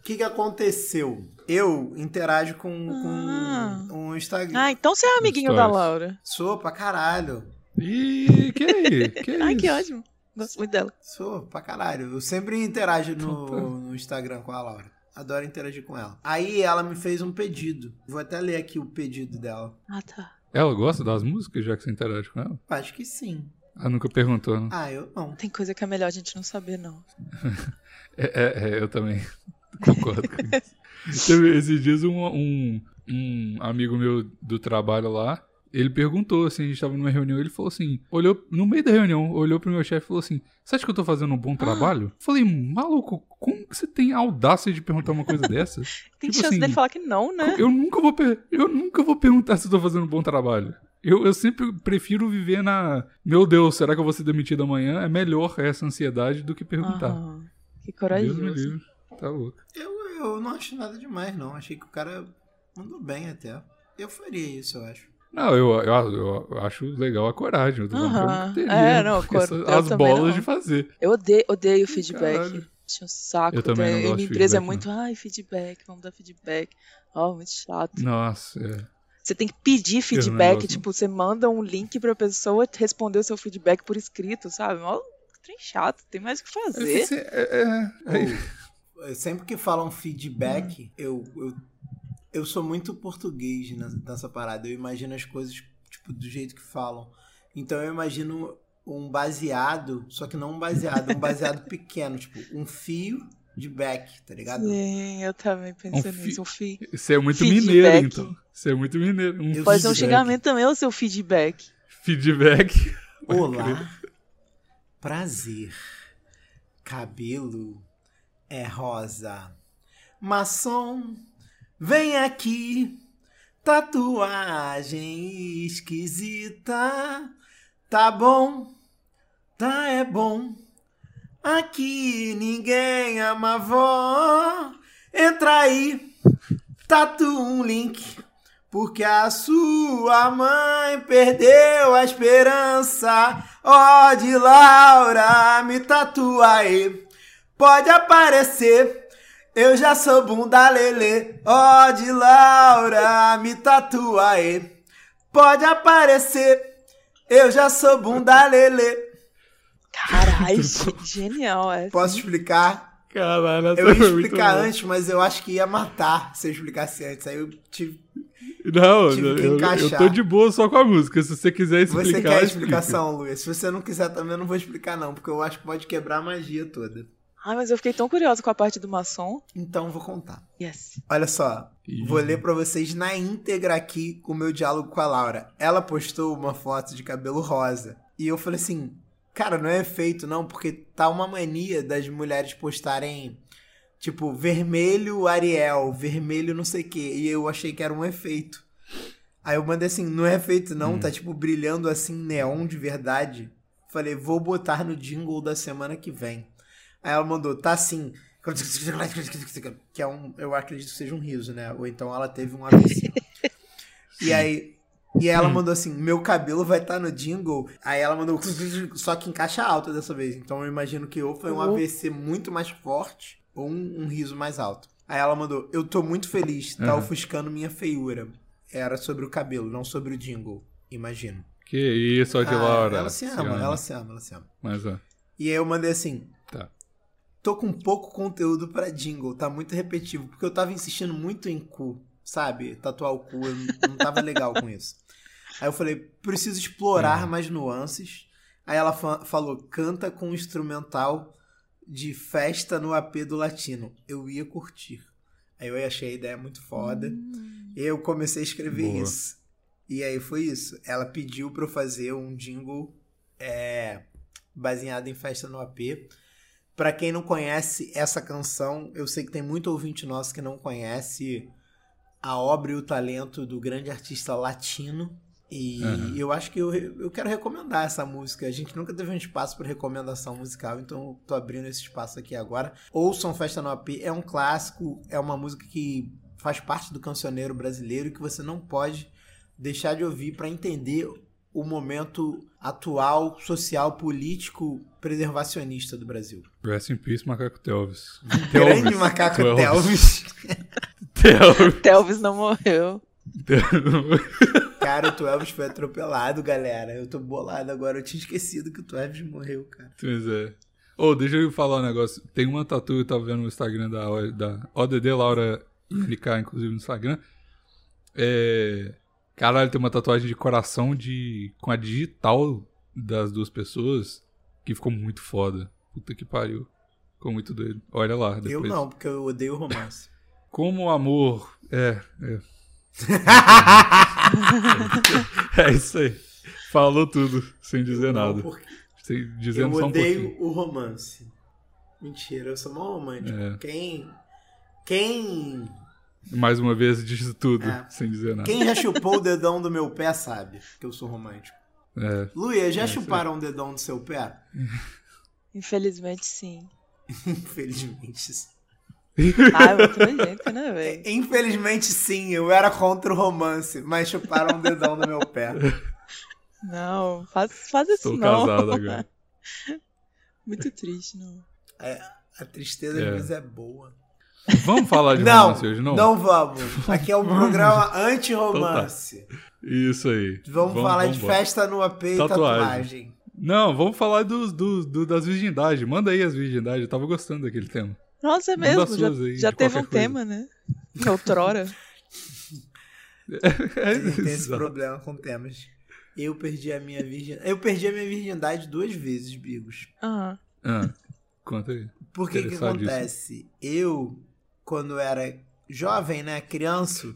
O que que aconteceu? Eu interajo com, Ah. com o Instagram. Ah, então você é amiguinho da Stories. Laura. Sou pra caralho. Ih, que *laughs* aí? Que é Ai, que isso? ótimo. Gosto muito dela. Sou pra caralho. Eu sempre interajo Puta. no, no Instagram com a Laura. Adoro interagir com ela. Aí ela me fez um pedido. Vou até ler aqui o pedido dela. Ah, tá. Ela gosta das músicas, já que você interage com ela? Acho que sim. Ela nunca perguntou, né? Ah, eu não. Tem coisa que é melhor a gente não saber, não. É, é, é, eu também *laughs* concordo com isso. Teve esses dias um, um, um amigo meu do trabalho lá, ele perguntou, assim, a gente tava numa reunião, ele falou assim, olhou, no meio da reunião, olhou pro meu chefe e falou assim, você acha que eu tô fazendo um bom Ah. trabalho? Falei, maluco, como que você tem audácia de perguntar uma coisa *laughs* dessa? Tem Tipo chance assim, dele falar que não, né? Eu nunca vou, per- eu nunca vou perguntar se eu tô fazendo um bom trabalho. Eu, eu sempre prefiro viver na. Meu Deus, será que eu vou ser demitido amanhã? É melhor essa ansiedade do que perguntar. Aham. Ah, Que Deus me corajoso. livre. Tá louco. Eu, eu não acho nada demais, não. Achei que o cara mandou bem até. Eu faria isso, eu acho. Não, eu, eu, eu acho legal a coragem. Eu tô falando que eu Aham. nunca teria É, não, cor- essa- eu as também bolas não. de fazer. Eu odeio, odeio feedback. Caralho. Tinha um saco. Eu também tem- não gosto de minha empresa é feedback, muito, ai, feedback, vamos dar feedback. Ó, muito chato. Nossa, é. Você tem que pedir não feedback, gosto, não. tipo, você manda um link pra pessoa responder o seu feedback por escrito, sabe? Mó trem chato, tem mais o que fazer. Esse- é, é- é- Ou, eh, sempre que falam feedback, eu, eu, eu sou muito português nessa, nessa parada. Eu imagino as coisas tipo, do jeito que falam. Então eu imagino um baseado, só que não um baseado, um baseado *laughs* pequeno, tipo, um fio de back, tá ligado? Sim, eu também pensei Um fi- nisso. Um fi... Você é muito Feedback. mineiro, então. Você é muito mineiro. Um Eu Pode ser um feedback. xingamento também, o seu feedback. feedback. Olá, prazer. Cabelo é rosa. Maçom, vem aqui. Tatuagem esquisita. Tá bom, tá é bom. Aqui ninguém ama vó. Entra aí, tatu um link. Porque a sua mãe perdeu a esperança. Ó de Laura, me tatua aí. Pode aparecer, eu já sou bunda lelê. Ó de Laura, me tatua aí. Pode aparecer, eu já sou bunda lelê. Caralho, genial, é. Posso explicar? Caralho, essa Eu foi ia *laughs* muito explicar boa. antes, mas eu acho que ia matar se eu explicasse antes. Aí eu tive... Não, Tive que eu, eu encaixar. tô de boa só com a música. Se você quiser explicar, *laughs* Você quer a eu explico. explicação, Luiz? Se você não quiser também, eu não vou explicar não, porque eu acho que pode quebrar a magia toda. Ai, mas eu fiquei tão curiosa com a parte do maçom. Então vou contar. Yes. Olha só, Ih. vou ler pra vocês na íntegra aqui o meu diálogo com a Laura. Ela postou uma foto de cabelo rosa. E eu falei assim, cara, não é efeito não, porque tá uma mania das mulheres postarem, tipo, vermelho Ariel, vermelho não sei o quê. E eu achei que era um efeito. Aí eu mandei assim, não é efeito não, Hum. tá tipo brilhando assim, neon de verdade. Falei, vou botar no jingle da semana que vem. Aí ela mandou, tá sim. Que é um, eu acredito que seja um riso, né? Ou então ela teve um *laughs* AVC. e aí. E aí ela mandou assim: meu cabelo vai estar no jingle. Aí ela mandou. Só que em caixa alta dessa vez. Então eu imagino que ou foi um Uhum. AVC muito mais forte, ou um, um riso mais alto. Aí ela mandou: eu tô muito feliz, tá Uhum. ofuscando minha feiura. Era sobre o cabelo, não sobre o jingle. Imagino. Que isso, olha que Ah, Laura. Ela se ama, ela se ama, ela se ama. Mas, ó, E aí eu mandei assim. Tá. Tô com pouco conteúdo pra jingle, tá muito repetitivo, porque eu tava insistindo muito em cu, sabe? Tatuar o cu, eu não- não tava legal com isso. Aí eu falei, preciso explorar mais nuances. Aí ela fa- falou, canta com um instrumental de festa no AP do Latino. Eu ia curtir. Aí eu achei a ideia muito foda. Hum. E eu comecei a escrever Boa. isso. E aí foi isso. Ela pediu pra eu fazer um jingle é, baseado em festa no AP. Pra quem não conhece essa canção, eu sei que tem muito ouvinte nosso que não conhece a obra e o talento do grande artista latino. E Aham. eu acho que eu, eu quero recomendar essa música. A gente nunca teve um espaço para recomendação musical, então eu tô abrindo esse espaço aqui agora. Ouçam Festa no AP, é um clássico, é uma música que faz parte do cancioneiro brasileiro e que você não pode deixar de ouvir para entender o momento atual, social, político, preservacionista do Brasil. Rest in Peace, Macaco Telvis. *laughs* Grande macaco Tu é Telvis. Telvis. Telvis não morreu. Telvis. Cara, o Tuelvis foi atropelado, galera. Eu tô bolado agora. Eu tinha esquecido que o Tuelvis morreu, cara. Pois é. Ô, deixa eu falar um negócio. Tem uma tatu que eu tava vendo no Instagram da, O- da ODD Laura INK, inclusive no Instagram. É. Caralho, tem uma tatuagem de coração de. com a digital das duas pessoas que ficou muito foda. Puta que pariu. Ficou muito doido. Olha lá. Depois. Eu não, porque eu odeio *laughs* romance. Como o amor. É, *laughs* é. É isso aí. Falou tudo, sem dizer nada. Porque Sem eu dizendo só um pouquinho. odeio o romance. Mentira, eu sou mal romântico. É. Quem. Quem. Mais uma vez, diz tudo, É. sem dizer nada. Quem já chupou o dedão do meu pé sabe que eu sou romântico. É. Luia, já É, isso aí. chuparam o dedão do seu pé? Infelizmente, sim. Infelizmente. sim. Ai, muito nojento, é né, velho? Infelizmente, sim, eu era contra o romance, mas chuparam o dedão do meu pé. Não, faz, faz isso Estou não. casado *laughs* agora. *laughs* Muito triste, não. A tristeza É. às vezes é boa. Vamos falar de Então Não, romance hoje, não? Não vamos. Aqui é *laughs* um programa tá. anti-romance. Isso aí. Vamos, falar de vambora. festa no AP e Tatuagem. tatuagem. Não, vamos falar dos, dos- do- das virgindades. Manda aí as virgindades. Eu tava gostando *laughs* daquele tema. Nossa, é Manda mesmo. as Já, suas aí, já de teve um qualquer coisa. tema, né? *laughs* Outrora. É Ele tem esse *laughs* exato. problema com temas. Eu perdi a minha virgindade. Eu perdi a minha virgindade duas vezes, Bigos. Aham. Ah, conta aí. Por que que Interessado disso. acontece? Eu, quando eu era jovem, né? Criança.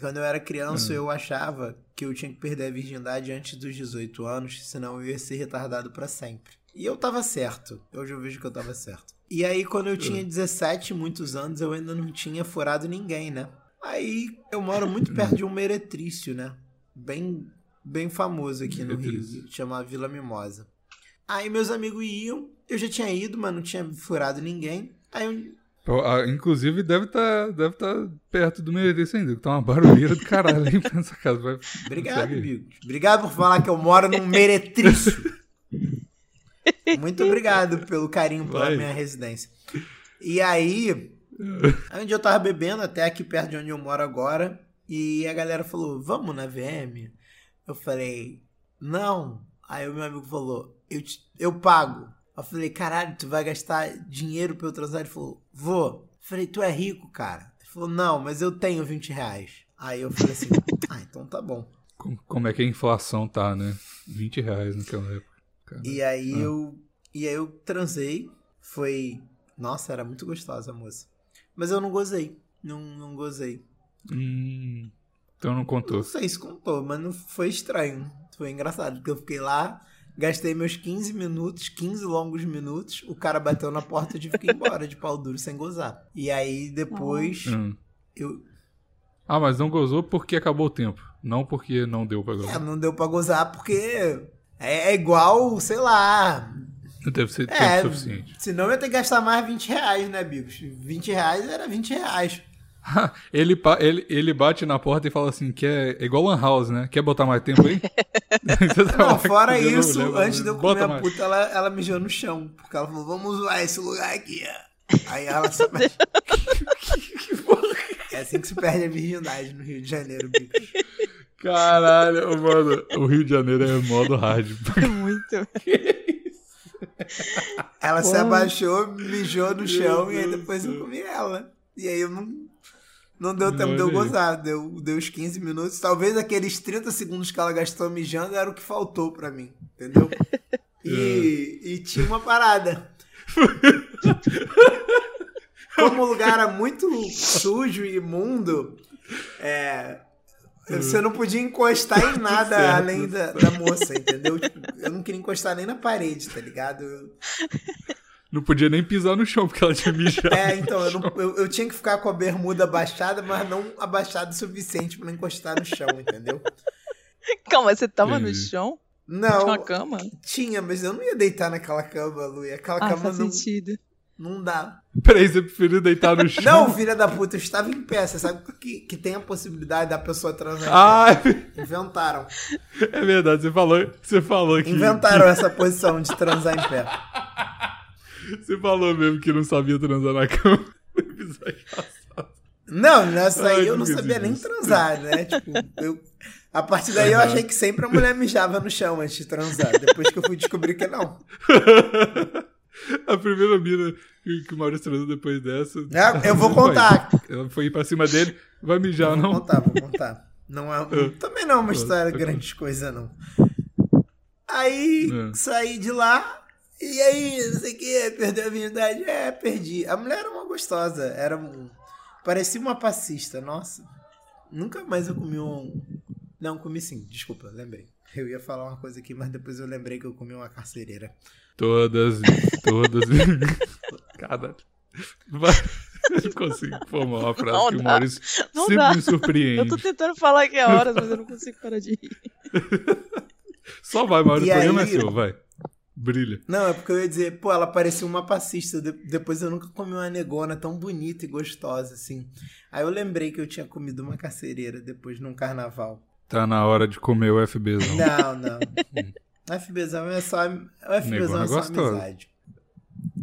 Quando eu era criança, eu achava que eu tinha que perder a virgindade antes dos 18 anos, senão eu ia ser retardado pra sempre. E eu tava certo. Hoje eu vejo que eu tava certo. E aí, quando eu tinha 17 e muitos anos, eu ainda não tinha furado ninguém, né? Aí eu moro muito perto de um meretrício, né? Bem, bem famoso aqui no Meretrício. Rio, chama Vila Mimosa. Aí meus amigos iam, eu já tinha ido, mas não tinha furado ninguém. Aí um eu, Pô, ah, Inclusive, deve estar deve tá perto do meu endereço ainda. que Tá uma barulheira do caralho aí *laughs* nessa casa. Vai, Obrigado, segue aí. Bigo. Obrigado por falar que eu moro num meretrício. Muito obrigado pelo carinho pela Vai. minha residência. E aí, onde eu tava bebendo, até aqui perto de onde eu moro agora, e a galera falou, vamos na VM? Eu falei, não. Aí o meu amigo falou, eu, te- eu pago. Eu falei, caralho, tu vai gastar dinheiro pra eu transar? Ele falou, vou. Eu falei, tu é rico, cara. Ele falou, não, mas eu tenho 20 reais. Aí eu falei assim, ah, então tá bom. Como, como é que a inflação tá, né? 20 reais naquela época. Cara. E aí Né? Ah. eu. E aí eu transei. Foi Nossa, era muito gostosa a moça. Mas eu não gozei. Não, não gozei. Hum, então não Não contou. sei se contou, mas não foi estranho. Foi engraçado, porque eu fiquei lá, gastei meus 15 minutos, 15 longos minutos, o cara bateu na porta e tive que ir embora de pau duro sem gozar. E aí depois Hum. eu. Ah, mas não gozou porque acabou o tempo. Não porque não deu pra É, gozar. não deu pra gozar porque é, é igual, sei lá. Não deve ser tempo É, suficiente. senão eu ia ter que gastar mais 20 reais, né, Bigos? 20 reais era 20 reais. *laughs* Ele, pa- ele, ele bate na porta e fala assim: quer, é igual Lan House, né? Quer botar mais *laughs* tempo aí? Você tá Não, lá fora cozinhando, isso, leva- antes de eu né? bota comer a mais. puta, ela, ela mijou no chão. Porque ela falou, vamos usar esse lugar aqui, ó. Aí ela *laughs* se mexe. É assim que se perde a virgindade no Rio de Janeiro, bicho. Caralho, mano, o Rio de Janeiro é modo hard. *laughs* Muito. Ela se Porra. abaixou, mijou no chão e aí Deus depois do eu céu. comi ela. E aí eu não. Não deu tempo Olha de eu aí. gozar, deu, deu os 15 minutos. Talvez aqueles 30 segundos que ela gastou mijando era o que faltou pra mim, *laughs* entendeu? E, e tinha uma parada. Como o lugar era muito sujo e imundo, é, você não podia encostar em nada Tá Certo. além da, da moça, entendeu? Tipo, Eu não queria encostar nem na parede, tá ligado? Eu- Não podia nem pisar no chão porque ela tinha mijado. *laughs* É, então, eu, não- eu- eu tinha que ficar com a bermuda abaixada, mas não abaixada o suficiente pra não encostar no chão, entendeu? Calma, você tava no Entendi. chão? Na Não, cama? tinha, mas eu não ia deitar naquela cama, Luia. Aquela Ah, cama faz não, sentido. não dá. Peraí, você preferiu deitar no chão? Não, filha da puta, eu estava em pé. Você sabe que, que tem a possibilidade da pessoa transar. Ah, *laughs* em pé. Inventaram. é verdade, você falou, você falou que. Inventaram essa posição de transar em pé. Você falou mesmo que não sabia transar na cama. *laughs* No episódio passado. Não, nessa aí Ai, eu não que sabia nem delícia. transar, né? Tipo, eu, a partir daí eu achei que sempre a mulher mijava no chão antes de transar. Depois que eu fui descobrir que não. *laughs* A primeira mina que que o Maurício transou depois dessa. É, eu vou Vai. contar. Ela foi pra cima dele, vai mijar, Vou não? tá contar, vou contar. Não é, também não é uma história de grande coisa, não. Aí É. saí de lá, e aí, não sei o que, perdeu a virgindade. É, perdi. A mulher era uma gostosa, era um- parecia uma passista, nossa. Nunca mais eu comi um. Não, comi sim, desculpa, lembrei. Eu ia falar uma coisa aqui, mas depois eu lembrei que eu comi uma carcereira. Todas, todas. *laughs* Cada. Vai. Eu não consigo formar uma frase Não que o dá, Maurício não sempre dá. me Eu tô surpreende. tentando falar aqui há horas, mas eu não consigo parar de rir. Só vai, Maurício. E O programa aí- é seu, vai. Brilha. Não, é porque eu ia dizer, pô, ela parecia uma passista. de- depois eu nunca comi uma negona tão bonita e gostosa assim. Aí eu lembrei que eu tinha comido uma carcereira depois num carnaval. Tá na hora de comer o FBzão. Não, *laughs* não. O FBzão é só, o FBzão Negona é só gostosa. amizade.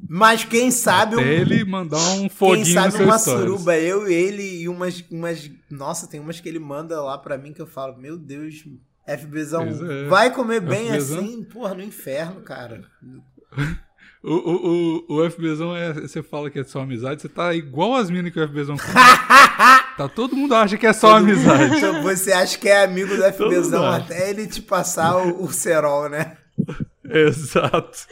Mas quem sabe um, Até ele mandar um quem foguinho no sabe seu uma stories. suruba, eu e ele e umas, umas. Nossa, tem umas que ele manda lá pra mim que eu falo, meu Deus, FBzão, Pois é. um vai comer bem FBzão? assim? Porra, no inferno, cara. O, o, o, o FBzão é. Você fala que é só amizade, você tá igual as minas que o *laughs* FBzão come. tá, todo mundo acha que é só Todo mundo- amizade. Então, Você acha que é amigo do FBzão mundo acha. até ele te passar o, o cerol, né? *laughs* Exato.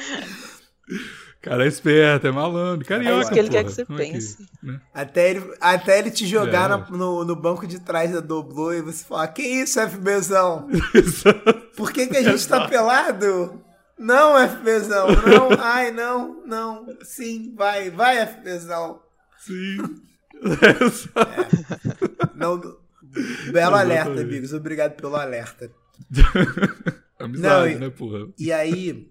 Cara é esperto, é malandro. Carioca. É isso que ele porra. quer que você Como é pense. né? Até ele, até ele te jogar É. na- no, no banco de trás da Doblô e você falar, que isso, FBzão? *laughs* Exato. Por que, que a gente tá pelado? Não, FBzão, não, ai, não, não, sim, vai, vai, FBzão. Sim. Exato. Não, belo alerta, Exatamente. amigos, obrigado pelo alerta. Amizade, Não, e- né, porra? E aí,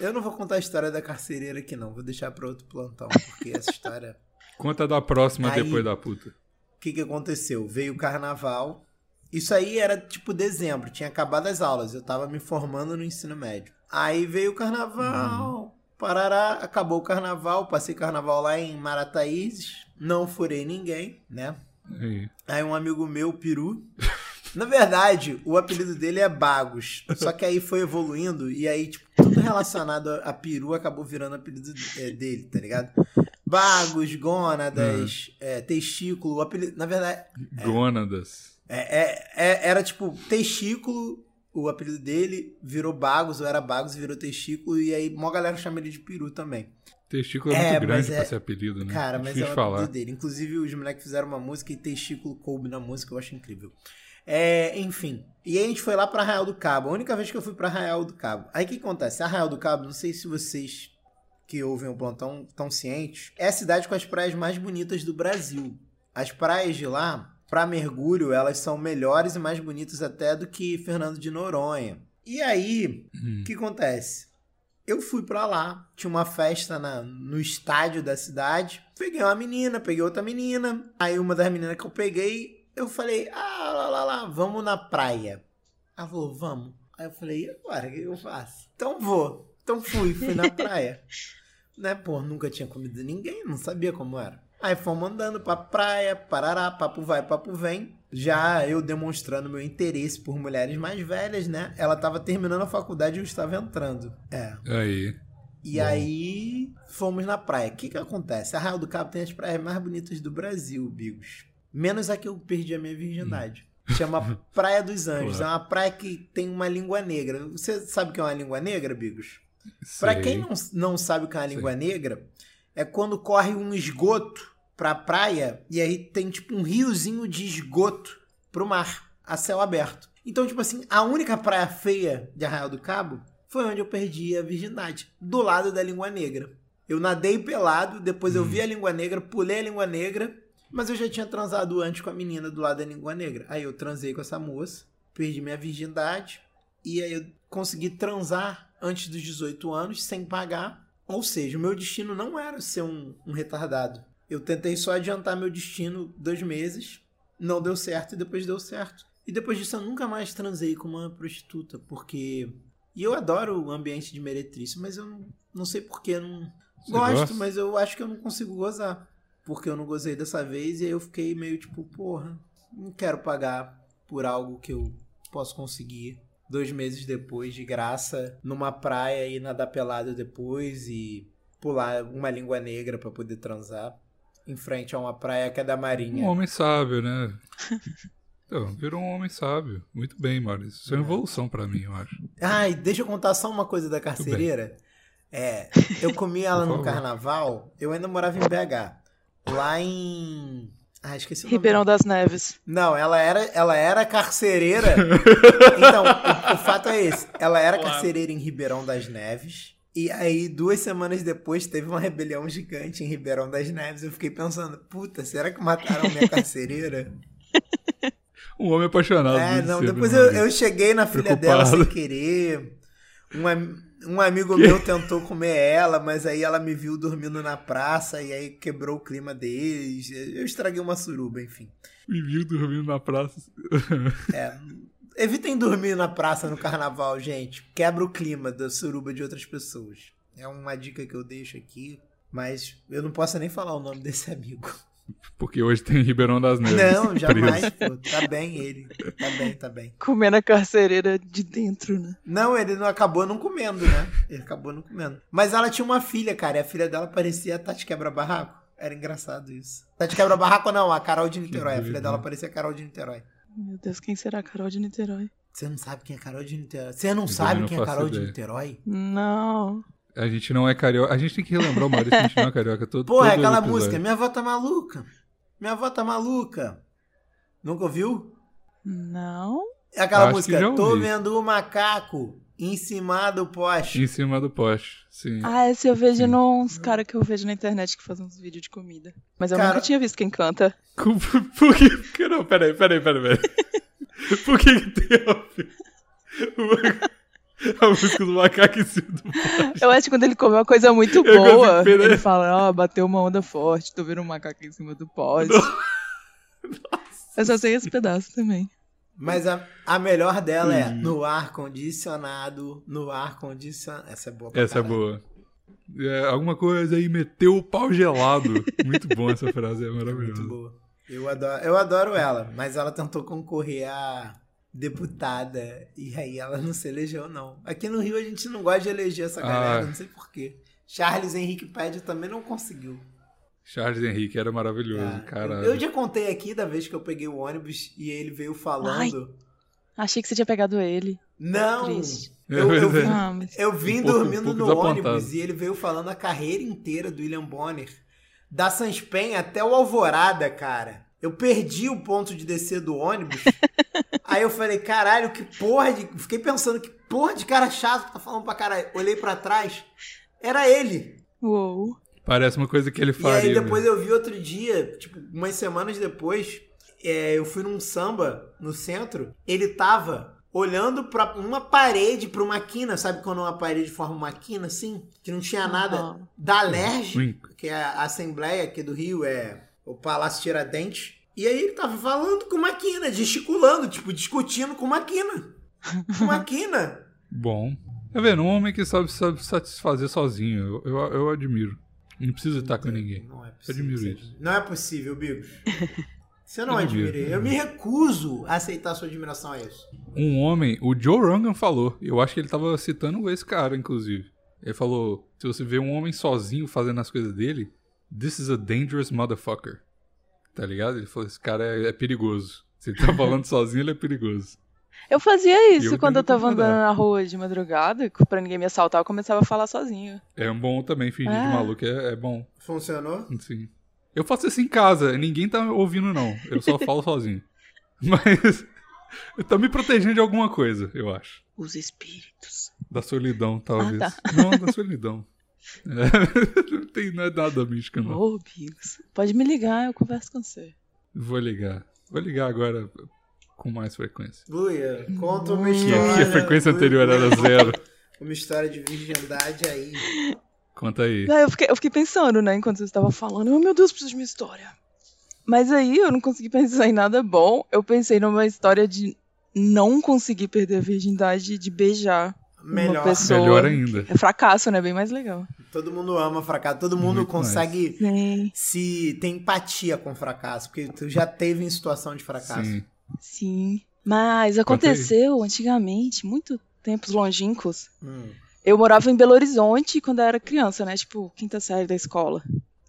eu não vou contar a história da carcereira aqui não, vou deixar pra outro plantão, porque essa história... Conta da próxima Aí- depois da puta. O que, que aconteceu? Veio o carnaval. Isso aí era tipo dezembro, tinha acabado as aulas, eu tava me formando no ensino médio. Aí veio o carnaval, parará, acabou o carnaval, passei carnaval lá em Marataízes, não furei ninguém, né? Aí. Aí um amigo meu, Peru. Na verdade, o apelido dele é Bagos. Só que aí foi evoluindo e aí, tipo, tudo relacionado a, a Peru acabou virando apelido eh, dele, tá ligado? Bagos, gônadas, eh, testículo, o apelido. Na verdade, Gônadas. é- é- é- era tipo testículo, o apelido dele virou Bagos, ou era Bagos, virou testículo, e aí mó galera chama ele de Peru também. Testículo é, É, mas muito grande é- pra ser apelido, né? Cara, mas Difícil é de o falar. apelido dele. Inclusive, os moleques fizeram uma música e testículo coube na música, eu acho incrível. É, enfim. E aí a gente foi lá pra Arraial do Cabo. A única vez que eu fui pra Arraial do Cabo. Aí o que acontece? Arraial do Cabo, não sei se vocês que ouvem o plantão estão cientes, é a cidade com as praias mais bonitas do Brasil. As praias de lá, pra mergulho, elas são melhores e mais bonitas até do que Fernando de Noronha. E aí, Hum. o que acontece? Eu fui pra lá, tinha uma festa na- no estádio da cidade. Peguei uma menina, peguei outra menina. Aí uma das meninas que eu peguei, eu falei, ah, lá, lá, lá, vamos na praia. Ela falou, vamos. Aí eu falei, e agora, o que eu faço? Então vou. Então fui, fui na praia. né, pô, nunca tinha comido ninguém, não sabia como era. Aí fomos andando pra praia, parará, papo vai, papo vem. Já eu demonstrando meu interesse por mulheres mais velhas, né? Ela tava terminando a faculdade e eu estava entrando. É. Aí. E Bom. aí fomos na praia. O que que acontece? A Arraial do Cabo tem as praias mais bonitas do Brasil, Bigos. Menos a que eu perdi a minha virgindade. Chama Praia dos Anjos. Claro. É uma praia que tem uma língua negra. Você sabe o que é uma língua negra, Bigos? Pra sei. quem não, não sabe o que é uma Sei. língua negra, é quando corre um esgoto pra praia e aí tem tipo um riozinho de esgoto pro mar, a céu aberto. Então, tipo assim, a única praia feia de Arraial do Cabo foi onde eu perdi a virgindade, do lado da língua negra. Eu nadei pelado, depois Hum. eu vi a língua negra, pulei a língua negra, mas eu já tinha transado antes com a menina do lado da língua negra. Aí eu transei com essa moça, perdi minha virgindade, e aí eu consegui transar antes dos 18 anos sem pagar. Ou seja, o meu destino não era ser um, um retardado. Eu tentei só adiantar meu destino dois meses, não deu certo e depois deu certo. E depois disso eu nunca mais transei com uma prostituta, porque. E eu adoro o ambiente de meretriz, mas eu não, não sei porquê. Não... Você Gosto, gosta? mas eu acho que eu não consigo gozar. Porque eu não gozei dessa vez e aí eu fiquei meio tipo, porra, não quero pagar por algo que eu posso conseguir dois meses depois de graça numa praia e nadar pelado depois e pular uma língua negra pra poder transar em frente a uma praia que é da Um Marinha. homem sábio, né? Então, virou um homem sábio. Muito bem, Maurício. Isso é uma É. evolução pra mim, eu acho. Ai, deixa eu contar só uma coisa da carcereira. É, eu comi ela *laughs* Por no favor. carnaval, eu ainda morava em BH. Lá em. Ah, esqueci o nome. Ribeirão das Neves. Não, ela era, ela era carcereira. então, o, o fato é esse. Ela era Claro. carcereira em Ribeirão das Neves. E aí, duas semanas depois, teve uma rebelião gigante em Ribeirão das Neves. Eu fiquei pensando, puta, será que mataram minha carcereira? Um homem apaixonado. é, desde não, sempre, depois né, eu, Maurício? eu cheguei na filha dela sem Preocupado. querer. Um, am- um amigo meu tentou comer ela, mas aí ela me viu dormindo na praça e aí quebrou o clima deles. Eu estraguei uma suruba, enfim. Me viu dormindo na praça. Evitem dormir na praça no carnaval, gente. Quebra o clima da suruba de outras pessoas. É uma dica que eu deixo aqui. Mas eu não posso nem falar o nome desse *laughs* amigo. Porque hoje tem Ribeirão das Neves. *laughs* Não, jamais. preso. pô. Tá bem ele. Tá bem, tá bem. Comendo a carcereira de dentro, né? Não, ele não acabou não comendo, né? Ele acabou não comendo. Mas ela tinha uma filha, cara. E a filha dela parecia a Tati Quebra-Barraco. Era engraçado isso. Tati Quebra-Barraco não, a Carol de Niterói. A doido, filha dela né? parecia a Carol de Niterói. Meu Deus, quem será a Carol de Niterói? Você não sabe quem é a Carol de Niterói? Você não Eu sabe também não quem é a faço Carol de ideia. Niterói? Não. A gente não é carioca. A gente tem que relembrar o Maurício que a gente não é carioca todo. Porra, é todo aquela episódio. música. Minha avó tá maluca. Minha avó tá maluca. Nunca ouviu? Não? É aquela Acho que já música. Tô ouvi. vendo o macaco em cima do poste. Em cima do poste. Sim. Ah, essa eu vejo Sim. nos caras que eu vejo na internet que fazem uns vídeos de comida. Mas eu Cara- nunca tinha visto quem canta. Com- *laughs* Por que. que Não, peraí, peraí, peraí. peraí. *laughs* Por que que tem a- a música do macaco em cima do Eu acho que quando ele come uma coisa muito consigo boa, ver, né? ele fala, ó, bateu uma onda forte, tô vendo um macaco em cima do poste. *laughs* Eu só sei esse pedaço também. Mas a, a melhor dela é no ar condicionado, no ar condicionado. Essa é boa. pra Essa é caralho. boa. É, alguma coisa aí meteu o *laughs* pau gelado. Muito bom essa frase, é Muito maravilhosa. boa. Eu adoro, eu adoro ela, mas ela tentou concorrer a deputada e aí ela não se elegeu, não. Aqui no Rio a gente não gosta de eleger essa galera, Ah. não sei porquê. Charles Henrique Pede também não conseguiu. Charles Henrique era maravilhoso, Ah, caralho. Eu já contei aqui da vez que eu peguei o ônibus e ele veio falando. Achei que você tinha pegado ele. Não! Triste. É Eu, eu vim, Ah, mas... eu vim Um pouco- um dormindo pouco no desapontado. ônibus e ele veio falando a carreira inteira do William Bonner. Da Sanspen até o Alvorada, cara. Eu perdi o ponto de descer do ônibus. Aí eu falei, caralho, que porra de. Fiquei pensando, que porra de cara chato que tá falando pra caralho. Olhei pra trás, era ele. Uou. Parece uma coisa que ele E aí faria. depois eu vi outro dia, tipo, umas semanas depois, é, eu fui num samba no centro, ele tava olhando pra uma parede, pra uma quina, sabe quando uma parede forma uma quina assim? Que não tinha nada. Aham. Da mesmo. LERJ, Sim. que é a Assembleia aqui do Rio, é o Palácio Tiradentes. E aí ele tava falando com uma quina, gesticulando, tipo, discutindo com uma quina. Com uma quina. Bom. Tá vendo? Um homem que sabe, sabe satisfazer sozinho. Eu, eu, eu admiro. Não precisa estar com ninguém. Não é possível. Admiro você- isso. Não é possível, Bigos. Você não Admiro. admira. Eu me recuso a aceitar sua admiração a isso. Um homem, o Joe Rogan falou. Eu acho que ele tava citando esse cara, inclusive. Ele falou: se você vê um homem sozinho fazendo as coisas dele, this is a dangerous motherfucker. Tá ligado? Ele falou: esse cara é, é perigoso. Se ele tá falando sozinho, ele é perigoso. Eu fazia isso Eu quando eu também tava concordo. andando na rua de madrugada, que pra ninguém me assaltar, eu começava a falar sozinho. É um bom também, fingir de Ah. maluco. É, é bom. Funcionou? Sim. Eu faço isso em casa, ninguém tá ouvindo, não. Eu só falo sozinho. Mas. *laughs* Eu tô me protegendo de alguma coisa, eu acho. Os espíritos. Da solidão, talvez. Ah, *laughs* Não, da solidão. É, *laughs* não, tem, não é nada mística, Ô, não. Bigos. Pode me ligar, eu converso com você. Vou ligar. Vou ligar agora com mais frequência. Luia, conta uma Hum. Que, história. que a frequência Luia, anterior era zero. Uma história de virgindade aí. Conta aí. Aí Ah, eu, fiquei, eu fiquei pensando, né, enquanto você estava falando. Oh, meu Deus, preciso de uma história. Mas aí eu não consegui pensar *laughs* em nada bom. Eu pensei numa história de não conseguir perder a virgindade de beijar. Melhor. pessoa- Melhor ainda. É fracasso, né? Bem mais legal. Todo mundo ama fracasso. Todo mundo Muito consegue Sim. se ter empatia com fracasso. Porque tu já teve em situação de fracasso. Sim. Sim. Conta Mas aí. aconteceu antigamente, muito tempos longínquos. Hum. Eu morava em Belo Horizonte quando eu era criança, né? Tipo, quinta série da escola.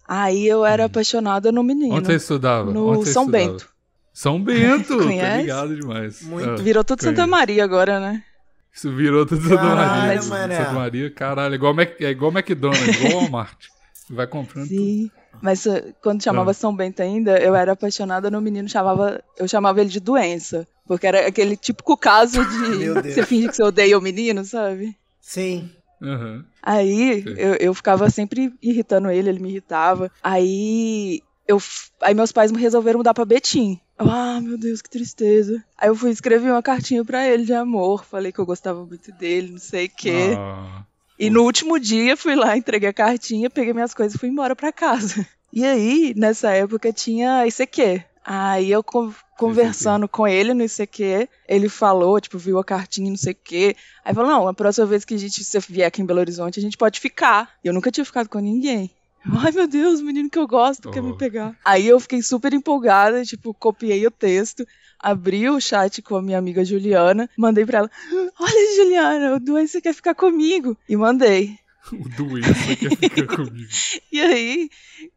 Aí eu era apaixonada no menino. Hum. Onde você estudava? no Onde você São estudava? Bento. São Bento! Tô Conhece? ligado demais. Muito. Ah. Virou tudo Santa Conheço. Maria agora, né? Isso virou tudo Santa Caralho, Maria. mané. Santa Maria, caralho, é igual, Mac, é igual McDonald's, igual Walmart. Você Vai comprando tudo. Sim. Mas uh, quando chamava Ah. São Bento ainda, eu era apaixonada no menino, chamava, eu chamava ele de doença. Porque era aquele típico caso *laughs* Meu de Deus. você finge que você odeia o menino, sabe? Sim. Aham. Aí Sim. eu, eu ficava sempre irritando ele, ele me irritava. Aí eu f- aí meus pais me resolveram mudar pra Betim. Eu, ah, meu Deus, que tristeza. Aí eu fui escrever uma cartinha pra ele de amor, falei que eu gostava muito dele, não sei o quê. Ah, E no último dia fui lá, entreguei a cartinha, peguei minhas coisas e fui embora pra casa. *laughs* E aí, nessa época, tinha ICQ. Aí eu con- conversando com ele no ICQ, ele falou, tipo, viu a cartinha, não sei o quê. Aí falou, não, a próxima vez que a gente se vier aqui em Belo Horizonte, a gente pode ficar. E eu nunca tinha ficado com ninguém. Ai, meu Deus, o menino que eu gosto quer Oh. me pegar. Aí eu fiquei super empolgada, tipo, copiei o texto, abri o chat com a minha amiga Juliana, mandei pra ela, olha, Juliana, o doença quer ficar comigo. E mandei. o doença quer ficar *laughs* comigo. E aí,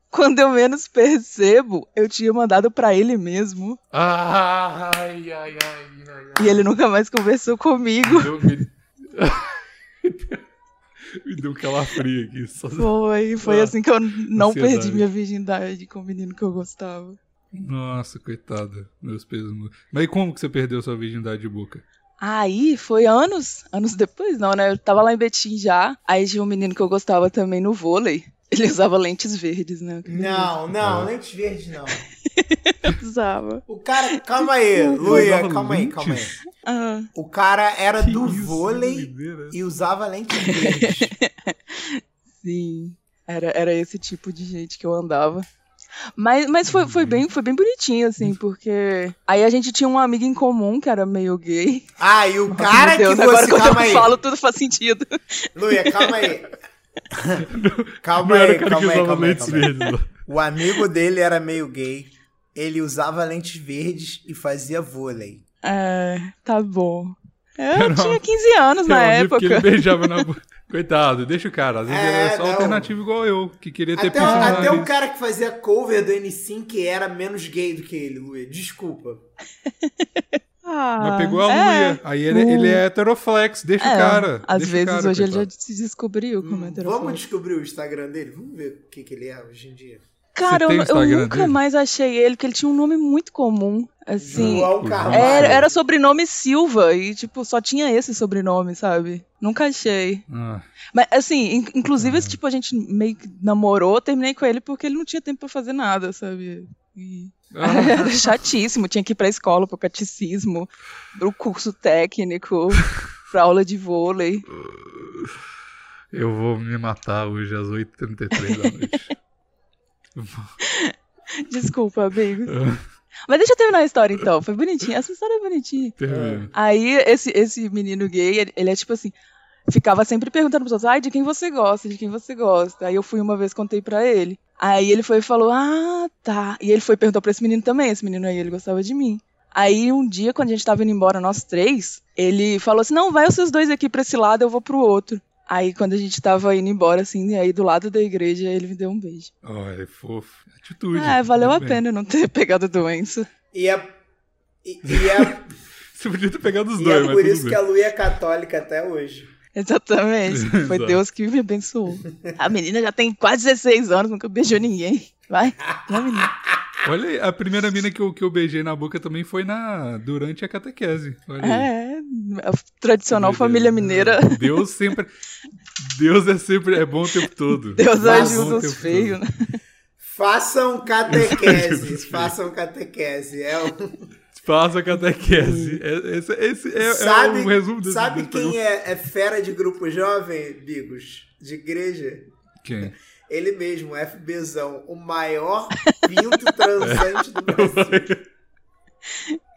quando eu menos percebo, eu tinha mandado pra ele mesmo. Ai, ai, ai, ai, E ele nunca mais conversou comigo. *laughs* ai. Deu- me... me deu um calafrio aqui. Só... Foi, foi Ah, assim que eu não ansiedade. perdi minha virgindade com o menino que eu gostava. Nossa, coitada. Meus pesos. Mas e como que você perdeu sua virgindade de boca? Aí foi anos, anos depois, não, né? Eu tava lá em Betim já. Aí tinha um menino que eu gostava também no vôlei. Ele *laughs* usava lentes verdes, né? Não, não, Ah. lentes verdes não. Usava. O cara. Calma aí, Luia, calma aí, calma aí. Lentes? Ah, O cara era Que É do isso, vôlei doideira. e usava lentes *laughs* verdes. sim. Era, era esse tipo de gente que eu andava. Mas, mas foi, foi, bem, foi bem bonitinho, Uhum. assim, porque. Aí a gente tinha uma amiga em comum que era meio gay. Ah, e o cara Meu Deus, que agora você. quando Calma eu aí. falo, tudo faz sentido. Luia, calma *laughs* aí. Não calma era aí, o cara é que calma aí, usava calma aí, lentes calma aí. verdes, *laughs* não. O amigo dele era meio gay. Ele usava lentes verdes e fazia vôlei. É, tá bom. É, Era Eu tinha uma- 15 anos na Realmente, porque época. Ele beijava na boca. Coitado, deixa o cara. Às vezes É, era só não. alternativo igual eu, que queria ter Até, piso no até o nariz. cara que fazia cover do N5 era menos gay do que ele, Luia. Desculpa. Ah, Mas pegou a é. Luia. Aí ele, Uh. ele é heteroflex, deixa É, o cara. Às deixa o vezes cara, hoje ele coitado. já se descobriu como é Hum, heterofóbico. Vamos descobrir o Instagram dele? Vamos ver o que, que ele é hoje em dia. Você Cara, tem o eu, eu Instagram nunca dele? mais achei ele, porque ele tinha um nome muito comum. Assim. João Sim. Carvalho. Era, era sobrenome Silva e, tipo, só tinha esse sobrenome, sabe? Nunca achei. Ah, Mas, assim, in- inclusive, Uhum. esse tipo, a gente meio que namorou, terminei com ele porque ele não tinha tempo pra fazer nada, sabe? E- ah, *laughs* Era chatíssimo, tinha que ir pra escola, pro catecismo, pro curso técnico, pra aula de vôlei. eu vou me matar hoje às 8h33 *laughs* da noite. Desculpa, amigos. Mas deixa eu terminar a história, então. Foi bonitinha. Essa história é bonitinha. Termina. Aí esse, esse menino gay, ele, ele é tipo assim, ficava sempre perguntando pros outros, ai, de quem você gosta, de quem você gosta. Aí eu fui uma vez, contei pra ele. Aí ele foi e falou, ah, tá. E ele foi e perguntou pra esse menino também, esse menino aí, ele gostava de mim. Aí um dia, quando a gente tava indo embora, nós três, ele falou assim, não, vai os seus dois aqui pra esse lado, eu vou pro outro. Aí quando a gente tava indo embora, assim, aí do lado da igreja, ele me deu um beijo. É. Olha, fofo. Atitude. Ah, valeu Muito a bem. pena eu não ter *laughs* pegado doença. E é, e, e é, Você podia ter pegado os e dois, é mas por tudo isso bem. que a Lu é católica até hoje. *laughs* Exatamente. Foi Exato. Deus que me abençoou. A menina já tem quase 16 anos, nunca beijou ninguém. Vai, vai, menina. Olha aí, a primeira mina que eu, que eu beijei na boca também foi na durante a catequese. Olha aí. É, a tradicional Meu família Deus. mineira. *laughs* Deus sempre. Deus é sempre. É bom o tempo todo. Deus É bom ajuda o os tempo feios, né? *laughs* Façam catequese, façam catequese. É um- todo. Faça a catequese. É- Esse, esse é, é Hum. sabe o resumo desse tá né? sabe desse quem é, é fera de grupo jovem, Bigos? De igreja? Quem? Ele mesmo, FBzão, o maior pinto *laughs* transante É do Brasil.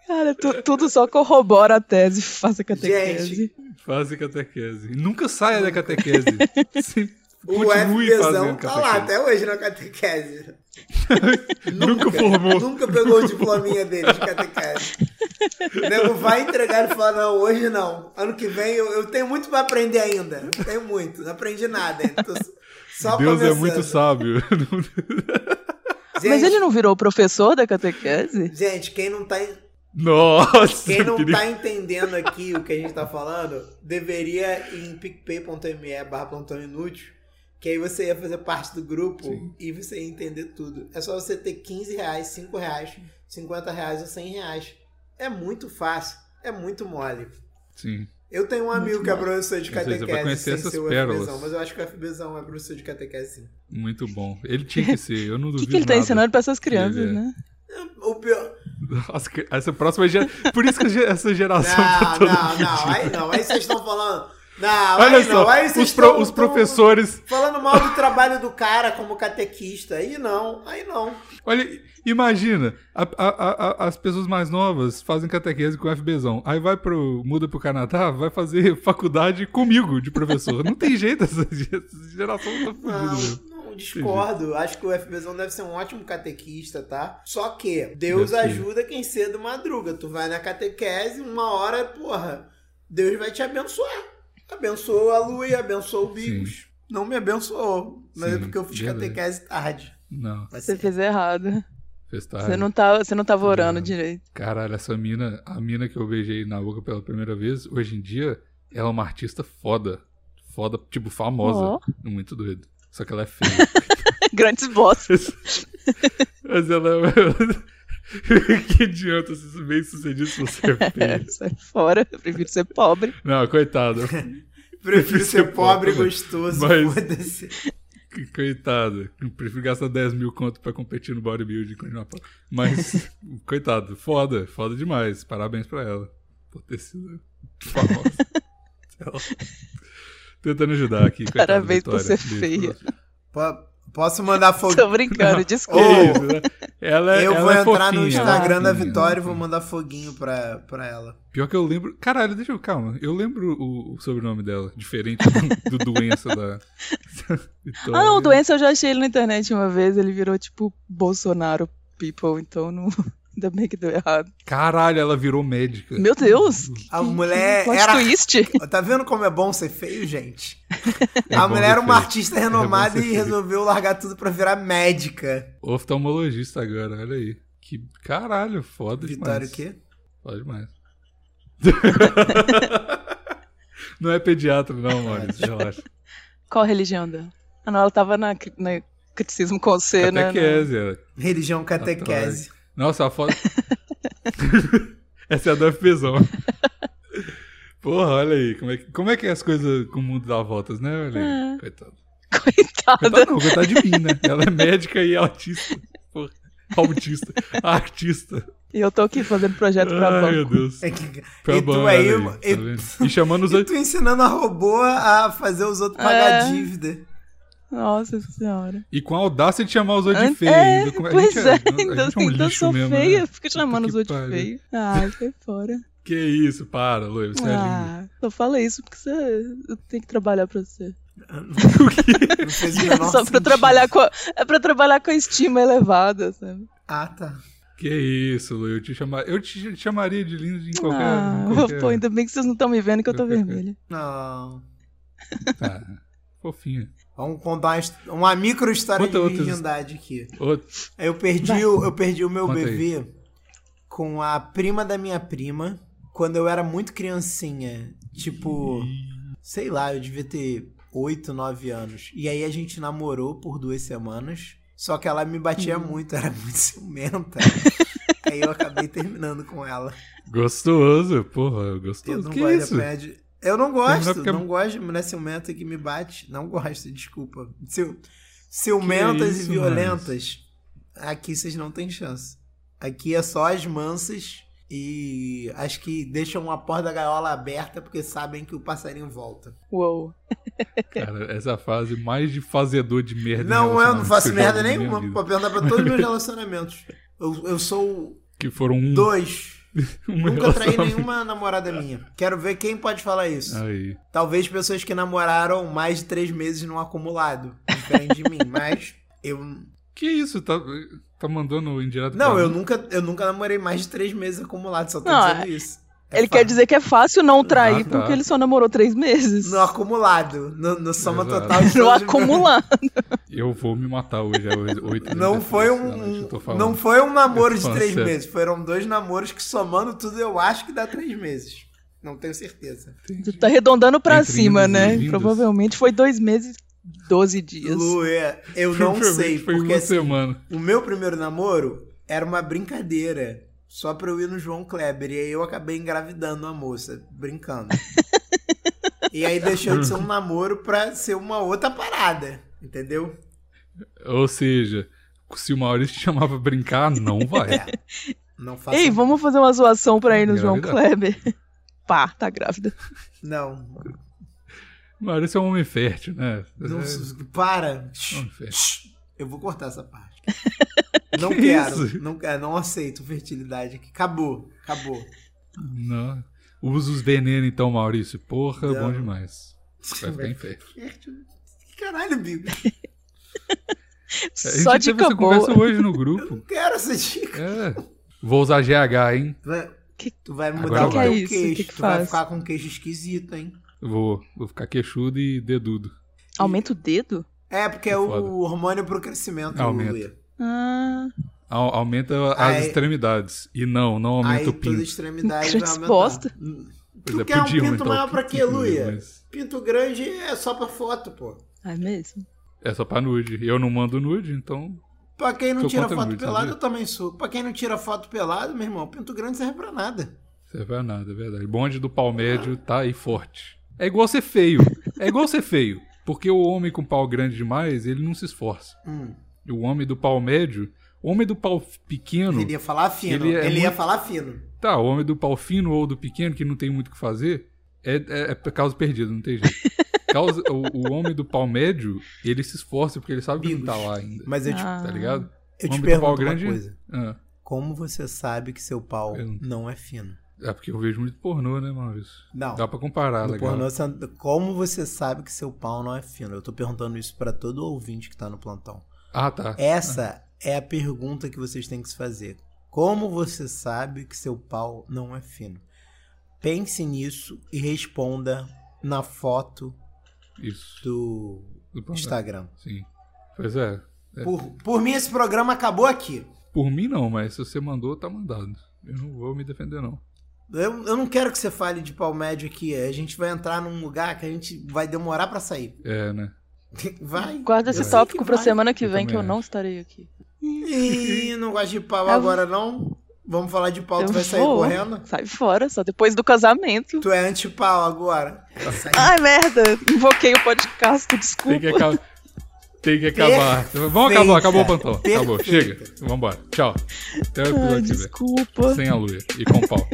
Cara, tu- tudo só corrobora a tese, faça catequese. Gente, Faz a catequese. Nunca saia *laughs* da catequese. Sempre O continue FBzão fazendo tá lá catequese. até hoje na catequese. *laughs* Nunca formou. Nunca pegou o diplominha dele de catequese. O nego vai entregar e fala, não, hoje não. Ano que vem eu, eu tenho muito pra aprender ainda. Tenho muito. Não aprendi nada ainda. Tô só Deus é começando. *laughs* muito sábio. Gente, Mas ele não virou professor da catequese? gente, quem não tá, Nossa, quem não eu queria- tá entendendo aqui o que a gente tá falando, deveria ir em picpay.me barra plantão inútil, que aí você ia fazer parte do grupo Sim. e você ia entender tudo. É só você ter 15 reais, 5 reais, 50 reais ou 100 reais. É muito fácil, é muito mole. Sim. Eu tenho um amigo que é professor de Ou seja, catequese. vai conhecer sem essas ser o pérolas. FBzão, mas eu acho que o FBzão é professor de catequese sim. Muito bom. Ele tinha que ser, eu não O duvido que, que ele tá nada. ensinando pra essas crianças, Ele é- *laughs* né? O pior. As cri- essa próxima gera... Por isso que ge- essa geração tá Não, toda não, não. fodida. Aí não. Aí vocês estão falando. Não, Olha aí não. Aí só, vocês os, pro- tão- os tão professores... Falando mal do trabalho do cara como catequista. Aí não, aí não. Olha, imagina, a- a- a- a- as pessoas mais novas fazem catequese com FBzão. Aí vai pro... muda pro Canadá, vai fazer *laughs* faculdade comigo de professor. Não tem jeito, essa ge- essa geração tá fodida. Não, mesmo. Ah, não discordo. Acho que o FBzão deve ser um ótimo catequista, tá? Só que Deus Deve ser. ajuda quem cedo madruga. Tu vai na catequese, uma hora, porra, Deus vai te abençoar. Abençoou a Lu e abençoou o Bigos. Sim, Não me abençoou, mas é Sim, porque eu fiz verdade. catequese tarde. não, Mas Você fez errado. fez tarde. Você não, tá, você não tava orando errado. direito. *laughs* Caralho, essa mina, a mina que eu beijei na boca pela primeira vez, hoje em dia, ela é uma artista foda. Foda, tipo, famosa. Ó. Muito doido. Só que ela é feia. Grandes bosses. Mas ela é *laughs* que adianta você ser bem sucedido se você é *laughs* feio? Sai fora, eu prefiro ser pobre. Não, coitada. prefiro ser pobre e pobre, gostoso. mas- foda-se. Que Coitada. Eu prefiro gastar 10 mil conto pra competir no bodybuilding. e continuar po- Mas, *laughs* coitado, foda. Foda demais. Parabéns pra ela. Por ter sido *laughs* famosa. Ela- Tentando ajudar aqui. coitada, Parabéns por Vitória. ser Beijo pra feia. você. Po- Posso mandar *laughs* Tô foguinho? brincando, Que desculpa. Ô, isso, né? Ela é- eu ela vou é entrar fofinha, no ela é Instagram da fofinha. Vitória e vou mandar foguinho pra, pra ela. Pior que eu lembro. Caralho, deixa eu. Calma. Eu lembro o, o sobrenome dela. Diferente do, do doença da. *laughs* Vitória. Ah, não, o doença eu já achei ele na internet uma vez, ele virou tipo Bolsonaro People, então não. *laughs* Ainda bem que deu errado. Caralho, ela virou médica. Meu Deus! A mulher Plot era. twist! Tá vendo como é bom ser feio, gente? *laughs* É a bom mulher era ser uma feio. artista renomada É bom ser e feio. resolveu largar tudo pra virar médica. Oftalmologista agora, olha aí. Que caralho, foda Vitória, o demais. quê? Foda demais. *laughs* Não é pediatra, não, Maurício, relaxa. Qual religião dela? Ah, não, ela tava na, cri- na criticismo com C, né? Catequese. ela. Religião catequese. é, Nossa, a foto. *laughs* Essa é a do FPzão. Porra, olha aí. Como é, que, como é que as coisas com o mundo dá voltas, né? Olha aí. É. Coitado. *laughs* Coitada. Coitado não, coitado de mim, né? Ela é médica e autista. Porra. Autista. Artista. E eu tô aqui fazendo projeto pra Ai, meu banco. Deus. É que- Pra e tu banda aí, aí, mo- tá e, *laughs* vendo? E chamando os e outros. tu ensinando a robô a fazer os outros pagar É. dívida. Nossa senhora. E com a audácia de chamar os outros de Antes- feio. é, ainda. Como- a pois gente é, a *laughs* ainda, gente é um ainda lixo sou mesmo, né? feia, fica chamando que os outros de pariu. feio. Ai, foi fora. Que isso, para, Luiz. Você é lindo. ah, só fala isso porque você eu tenho que trabalhar pra você. Não fez o É menor *laughs* só pra sentido. trabalhar com a, é pra trabalhar com a estima elevada, sabe? Ah, tá. Que isso, Lu. Eu te, chama... eu te chamaria de lindo em qualquer. ah, em qualquer... pô, ainda bem que vocês não estão me vendo que eu tô qualquer coisa. vermelha. Não. então. Tá. Fofinha. Vamos contar uma, his- uma micro história Conta de outras- virgindade aqui. Outro. Eu perdi, o, eu perdi o meu Conta aí. bebê com a prima da minha prima quando eu era muito criancinha. Tipo, sei lá, eu devia ter 8, 9 anos. E aí a gente namorou por duas semanas. Só que ela me batia muito, *laughs* era muito ciumenta. aí eu acabei terminando com ela. Gostoso, porra, Eu gostoso. não que gosto isso? de apanhar de- Eu não gosto, Terminou porque- não gosto de mulher ciumenta que me bate. Não gosto, desculpa. Ciu- Ciumentas isso, e violentas. Aqui vocês não têm chance. Aqui é só as mansas e as que deixam a porta da gaiola aberta porque sabem que o passarinho volta. Uou. Cara, essa fase mais de fazedor de merda. em não, eu não relacionamento faço que já merda vi na minha nenhuma. vida. Pode perguntar pra *laughs* todos os meus relacionamentos. Eu, eu sou Que foram um. dois. um Nunca traí relacionamento. nenhuma namorada minha. Quero ver quem pode falar isso. Aí. Talvez pessoas que namoraram mais de três meses num acumulado. Diferente de mim, mas *laughs* eu. Que isso? Tá, tá mandando indireto Não, pra eu mim? nunca, eu nunca namorei mais de três meses acumulado, só tô Não, dizendo isso. É ele fato. quer dizer que é fácil não trair Ah, tá. porque ele só namorou três meses. *laughs* No acumulado, no, no soma Exato. total de Não todos os acumulando. Eu vou me matar hoje, é meus- 8 Não foi um, não foi um namoro Eu de tô três falando meses, foram dois namoros que somando tudo eu acho que dá três meses. Não tenho certeza. Você tá arredondando pra Entre cima, indas e né? vindas. Provavelmente foi dois meses, doze dias. Lu, é, *laughs* eu não sei, Foi porque uma assim, semana. O meu primeiro namoro era uma brincadeira. Só pra eu ir no João Kleber. E aí eu acabei engravidando a moça, brincando. e aí deixou de ser um namoro pra ser uma outra parada. Entendeu? Ou seja, se o Maurício *laughs* te chamar pra brincar, não vai. É. Não faço. Ei, vamos fazer uma zoação pra ir no João Grávida? Kleber. *laughs* Pá, tá grávida. Não. O Maurício é um homem fértil, né? não É, su- Para. um homem fértil. Shh. Eu vou cortar essa *laughs* parte. Não Que quero. isso? Não, quero, não aceito fertilidade aqui. Acabou. Acabou. Não. Usa os venenos então, Maurício. Porra, Não. bom demais. Vai ficar infértil. Fértil. Caralho, Bigo. A gente Só teve dica essa boa. conversa hoje no grupo. Não quero essa dica. É. Vou usar GH, hein? Vai- Que- tu vai Agora mudar o vai. teu Que que é isso? queixo. Que que tu vai faz? ficar com um queixo esquisito, hein? Vou. Vou ficar queixudo e dedudo. Aumenta o dedo? É, porque é Foda. o hormônio pro crescimento. Aumenta. Luê. Ah, Au- aumenta as Aí- extremidades. E não, não aumenta Aí o toda pinto. extremidade *laughs* Que vai aumentar. resposta. Hum. Pois Tu é, quer um podia pinto aumentar o maior pra quê, pinto, Luia? mas Pinto grande é só pra foto, pô. é mesmo? É só pra nude. Eu não mando nude, então. Pra quem não Sou tira contra foto nude, pelado, sabia? eu também sou. Pra quem não tira foto pelado, meu irmão, pinto grande serve pra nada. Serve a nada, é verdade. Bonde do pau médio tá aí forte. É igual ser feio. É igual ser feio. Porque o homem com pau grande demais, ele não se esforça. Hum. E o homem do pau médio, o homem do pau pequeno, Ele ia falar fino. Ele Ele, é ia muito- falar fino. tá, o homem do pau fino ou do pequeno, que não tem muito o que fazer, é, é, é causa perdida, não tem jeito. Causa, o, o homem do pau médio, ele se esforça porque ele sabe que não tá lá ainda. Mas eu te, Ah. Tá ligado? eu o te homem do pau pergunto uma grande- coisa. Ah, Como você sabe que seu pau Pergunta. não é fino? é porque eu vejo muito pornô, né, Maurício? Não. Dá pra comparar, No Tá legal. pornô, você- como você sabe que seu pau não é fino? Eu tô perguntando isso pra todo ouvinte que tá no plantão. Ah, tá. Essa é a pergunta que vocês têm que se fazer. Como você sabe que seu pau não é fino? Pense nisso e responda na foto é Isso. do Do pornô. Instagram. Sim. Pois é. É. Por, por mim, esse programa acabou aqui. Por mim não, mas se você mandou, tá mandado. Eu não vou me defender, não. Eu, eu não quero que você fale de pau médio aqui. A gente vai entrar num lugar que a gente vai demorar pra sair. É, né? Vai. Guarda Eu esse sei tópico que pra vai. semana que Eu vem, que eu também não acho. estarei aqui. Ih, não gosto de pau Eu- agora, não. Vamos falar de pau, Tá Eu tu vai sair vou. correndo? Sai fora, só depois do casamento. Tu é anti-pau agora. Sai Ai, merda! Invoquei o podcast, Tem desculpa. que, aca- tem que acabar. Vamos acabar, acabou o pantão. Acabou, Perfeita. chega. Vambora. Tchau. Até o Ai, episódio que vem. Ah, desculpa. Sem a lua e com pau.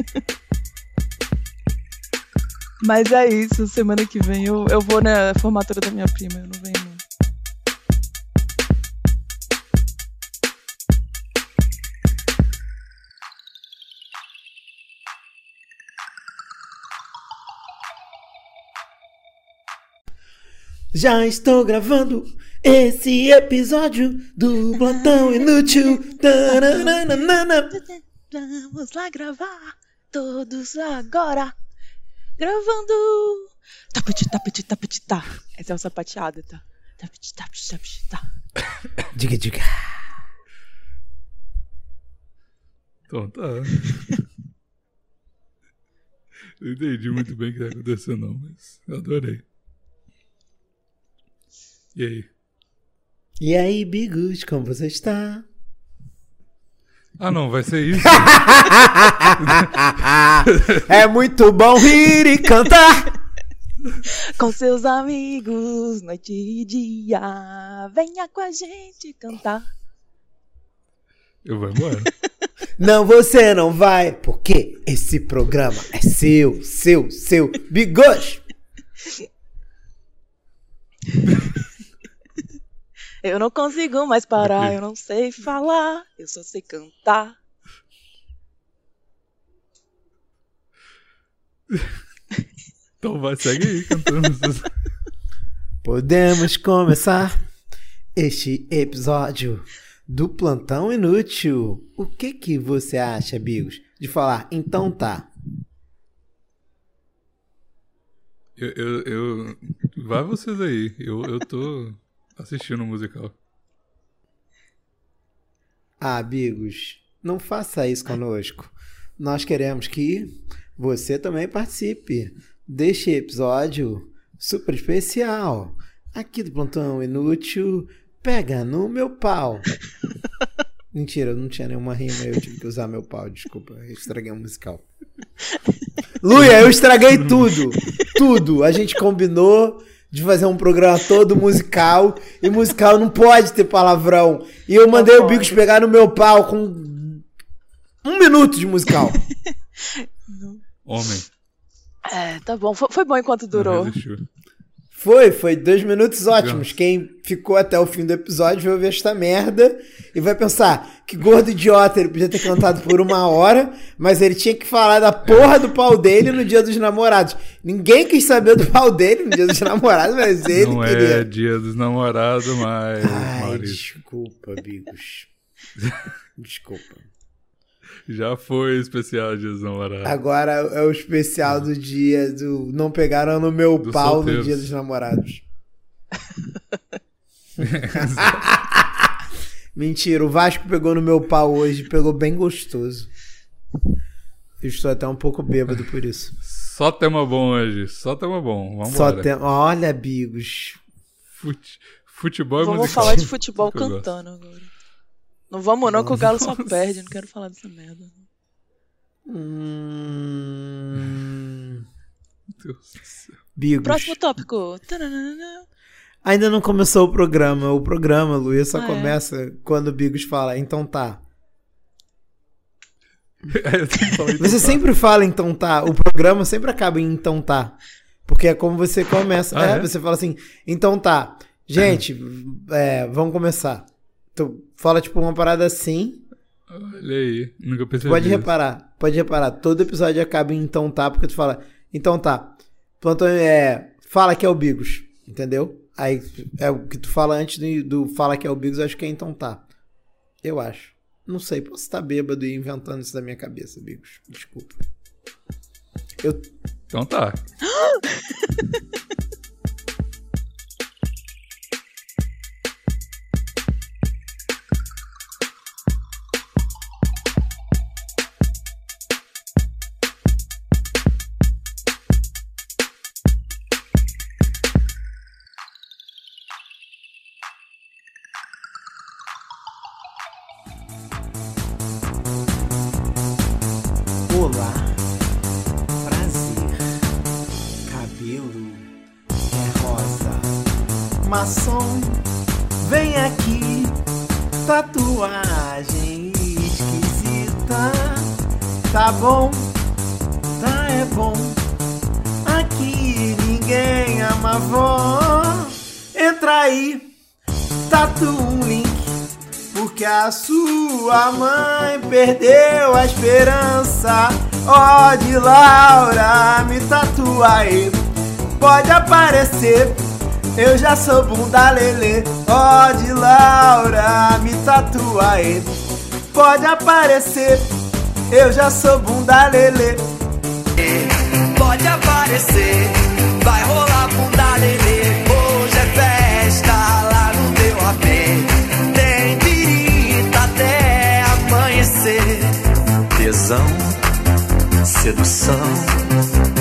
Mas é isso, semana que vem eu, eu vou na formatura da minha prima, eu não venho não. Já estou gravando esse episódio do Plantão Inútil. Tarananana. Vamos lá gravar, todos agora, gravando. Tapete, tapete, tapete, tá. Essa é uma sapateada, tá? Tapete, tapete, tapete, tá. Diga, diga. Então tá. Não entendi muito bem o que tá acontecendo, não, mas eu adorei. E aí? E aí, Bigus, como você está? Ah, não, vai ser isso. é muito bom rir e cantar. Com seus amigos, noite e dia, venha com a gente cantar. Eu vou embora. Não, você não vai, porque esse programa é seu, seu, seu. Bigus! Eu não consigo mais parar, Ok. eu não sei falar, eu só sei cantar. Então vai, segue aí cantando. essas- Podemos começar este episódio do Plantão Inútil. O que que você acha, Bigos, de falar então tá? Eu, eu, eu- Vai vocês aí. Eu, eu tô assistindo o musical. Ah, Bigos, não faça isso conosco. Nós queremos que você também participe deste episódio super especial aqui do Plantão Inútil. Pega no meu pau. Mentira, eu não tinha nenhuma rima, eu tive que usar meu pau, desculpa, eu estraguei um musical. Luia, eu estraguei tudo! Tudo! A gente combinou de fazer um programa todo musical, e musical não pode ter palavrão. E eu mandei o pode. Bicos pegar no meu pau com um minuto de musical. Homem. É, tá bom, foi, foi bom enquanto Não durou. resistiu. Foi, foi dois minutos ótimos. Nossa. Quem ficou até o fim do episódio vai ouvir esta merda e vai pensar que gordo idiota ele podia ter cantado por *laughs* uma hora, mas ele tinha que falar da porra do pau dele no dia dos namorados. Ninguém quis saber do pau dele no dia dos namorados, mas ele não é queria. dia dos namorados, mas. Ai, Maurício, desculpa, *laughs* amigos. Desculpa. já foi especial dia dos namorados. Agora é o especial do dia do não pegaram no meu Dos pau no solteiros. dia dos namorados. Mentira, o Vasco pegou no meu pau hoje, pegou bem gostoso. Eu estou até um pouco bêbado por isso. Só tema bom hoje. Só tema bom. Vamos Só tem... Olha, Bigos. Fute- Futebol e Vamos musical. falar de futebol Que eu gosto. cantando agora. Não vamos não, que o Galo só perde, não quero falar dessa merda. Hum... *laughs* Meu Deus *laughs* do céu. Bigos. Próximo tópico. Tananana. Ainda não começou o programa. O programa, Luia, só Ah, é? começa quando o Bigos fala, então tá. É, eu tenho que falar Você isso, tá? sempre fala então tá. O programa sempre acaba em então tá. Porque é como você começa. Ah, é, é? você fala assim, então tá. Gente, é, vamos começar. Tu fala tipo uma parada assim. Olha aí. Nunca percebi. Pode isso. reparar, pode reparar. Todo episódio acaba em então tá, porque tu fala, então tá. Plantão é. Fala que é o Bigos, entendeu? Aí é o que tu fala antes do, do fala que é o Bigos, acho que é então tá. Eu acho. Não sei, posso estar bêbado e inventando isso da minha cabeça, Bigos. Desculpa. Eu Então tá. é maçom, vem aqui, tatuagem esquisita. Tá bom, tá é bom, aqui ninguém ama vó. Entra aí, tatu um link, porque a sua mãe perdeu a esperança. Ó de Laura, me tatua aí, pode aparecer. Eu já sou bunda lelê, ó de Laura, me tatua aí, pode aparecer. Eu já sou bunda lelê, pode aparecer. Vai rolar bunda lelê. Hoje é festa lá no meu AP. Tem birita até amanhecer. Tesão, sedução, Tá é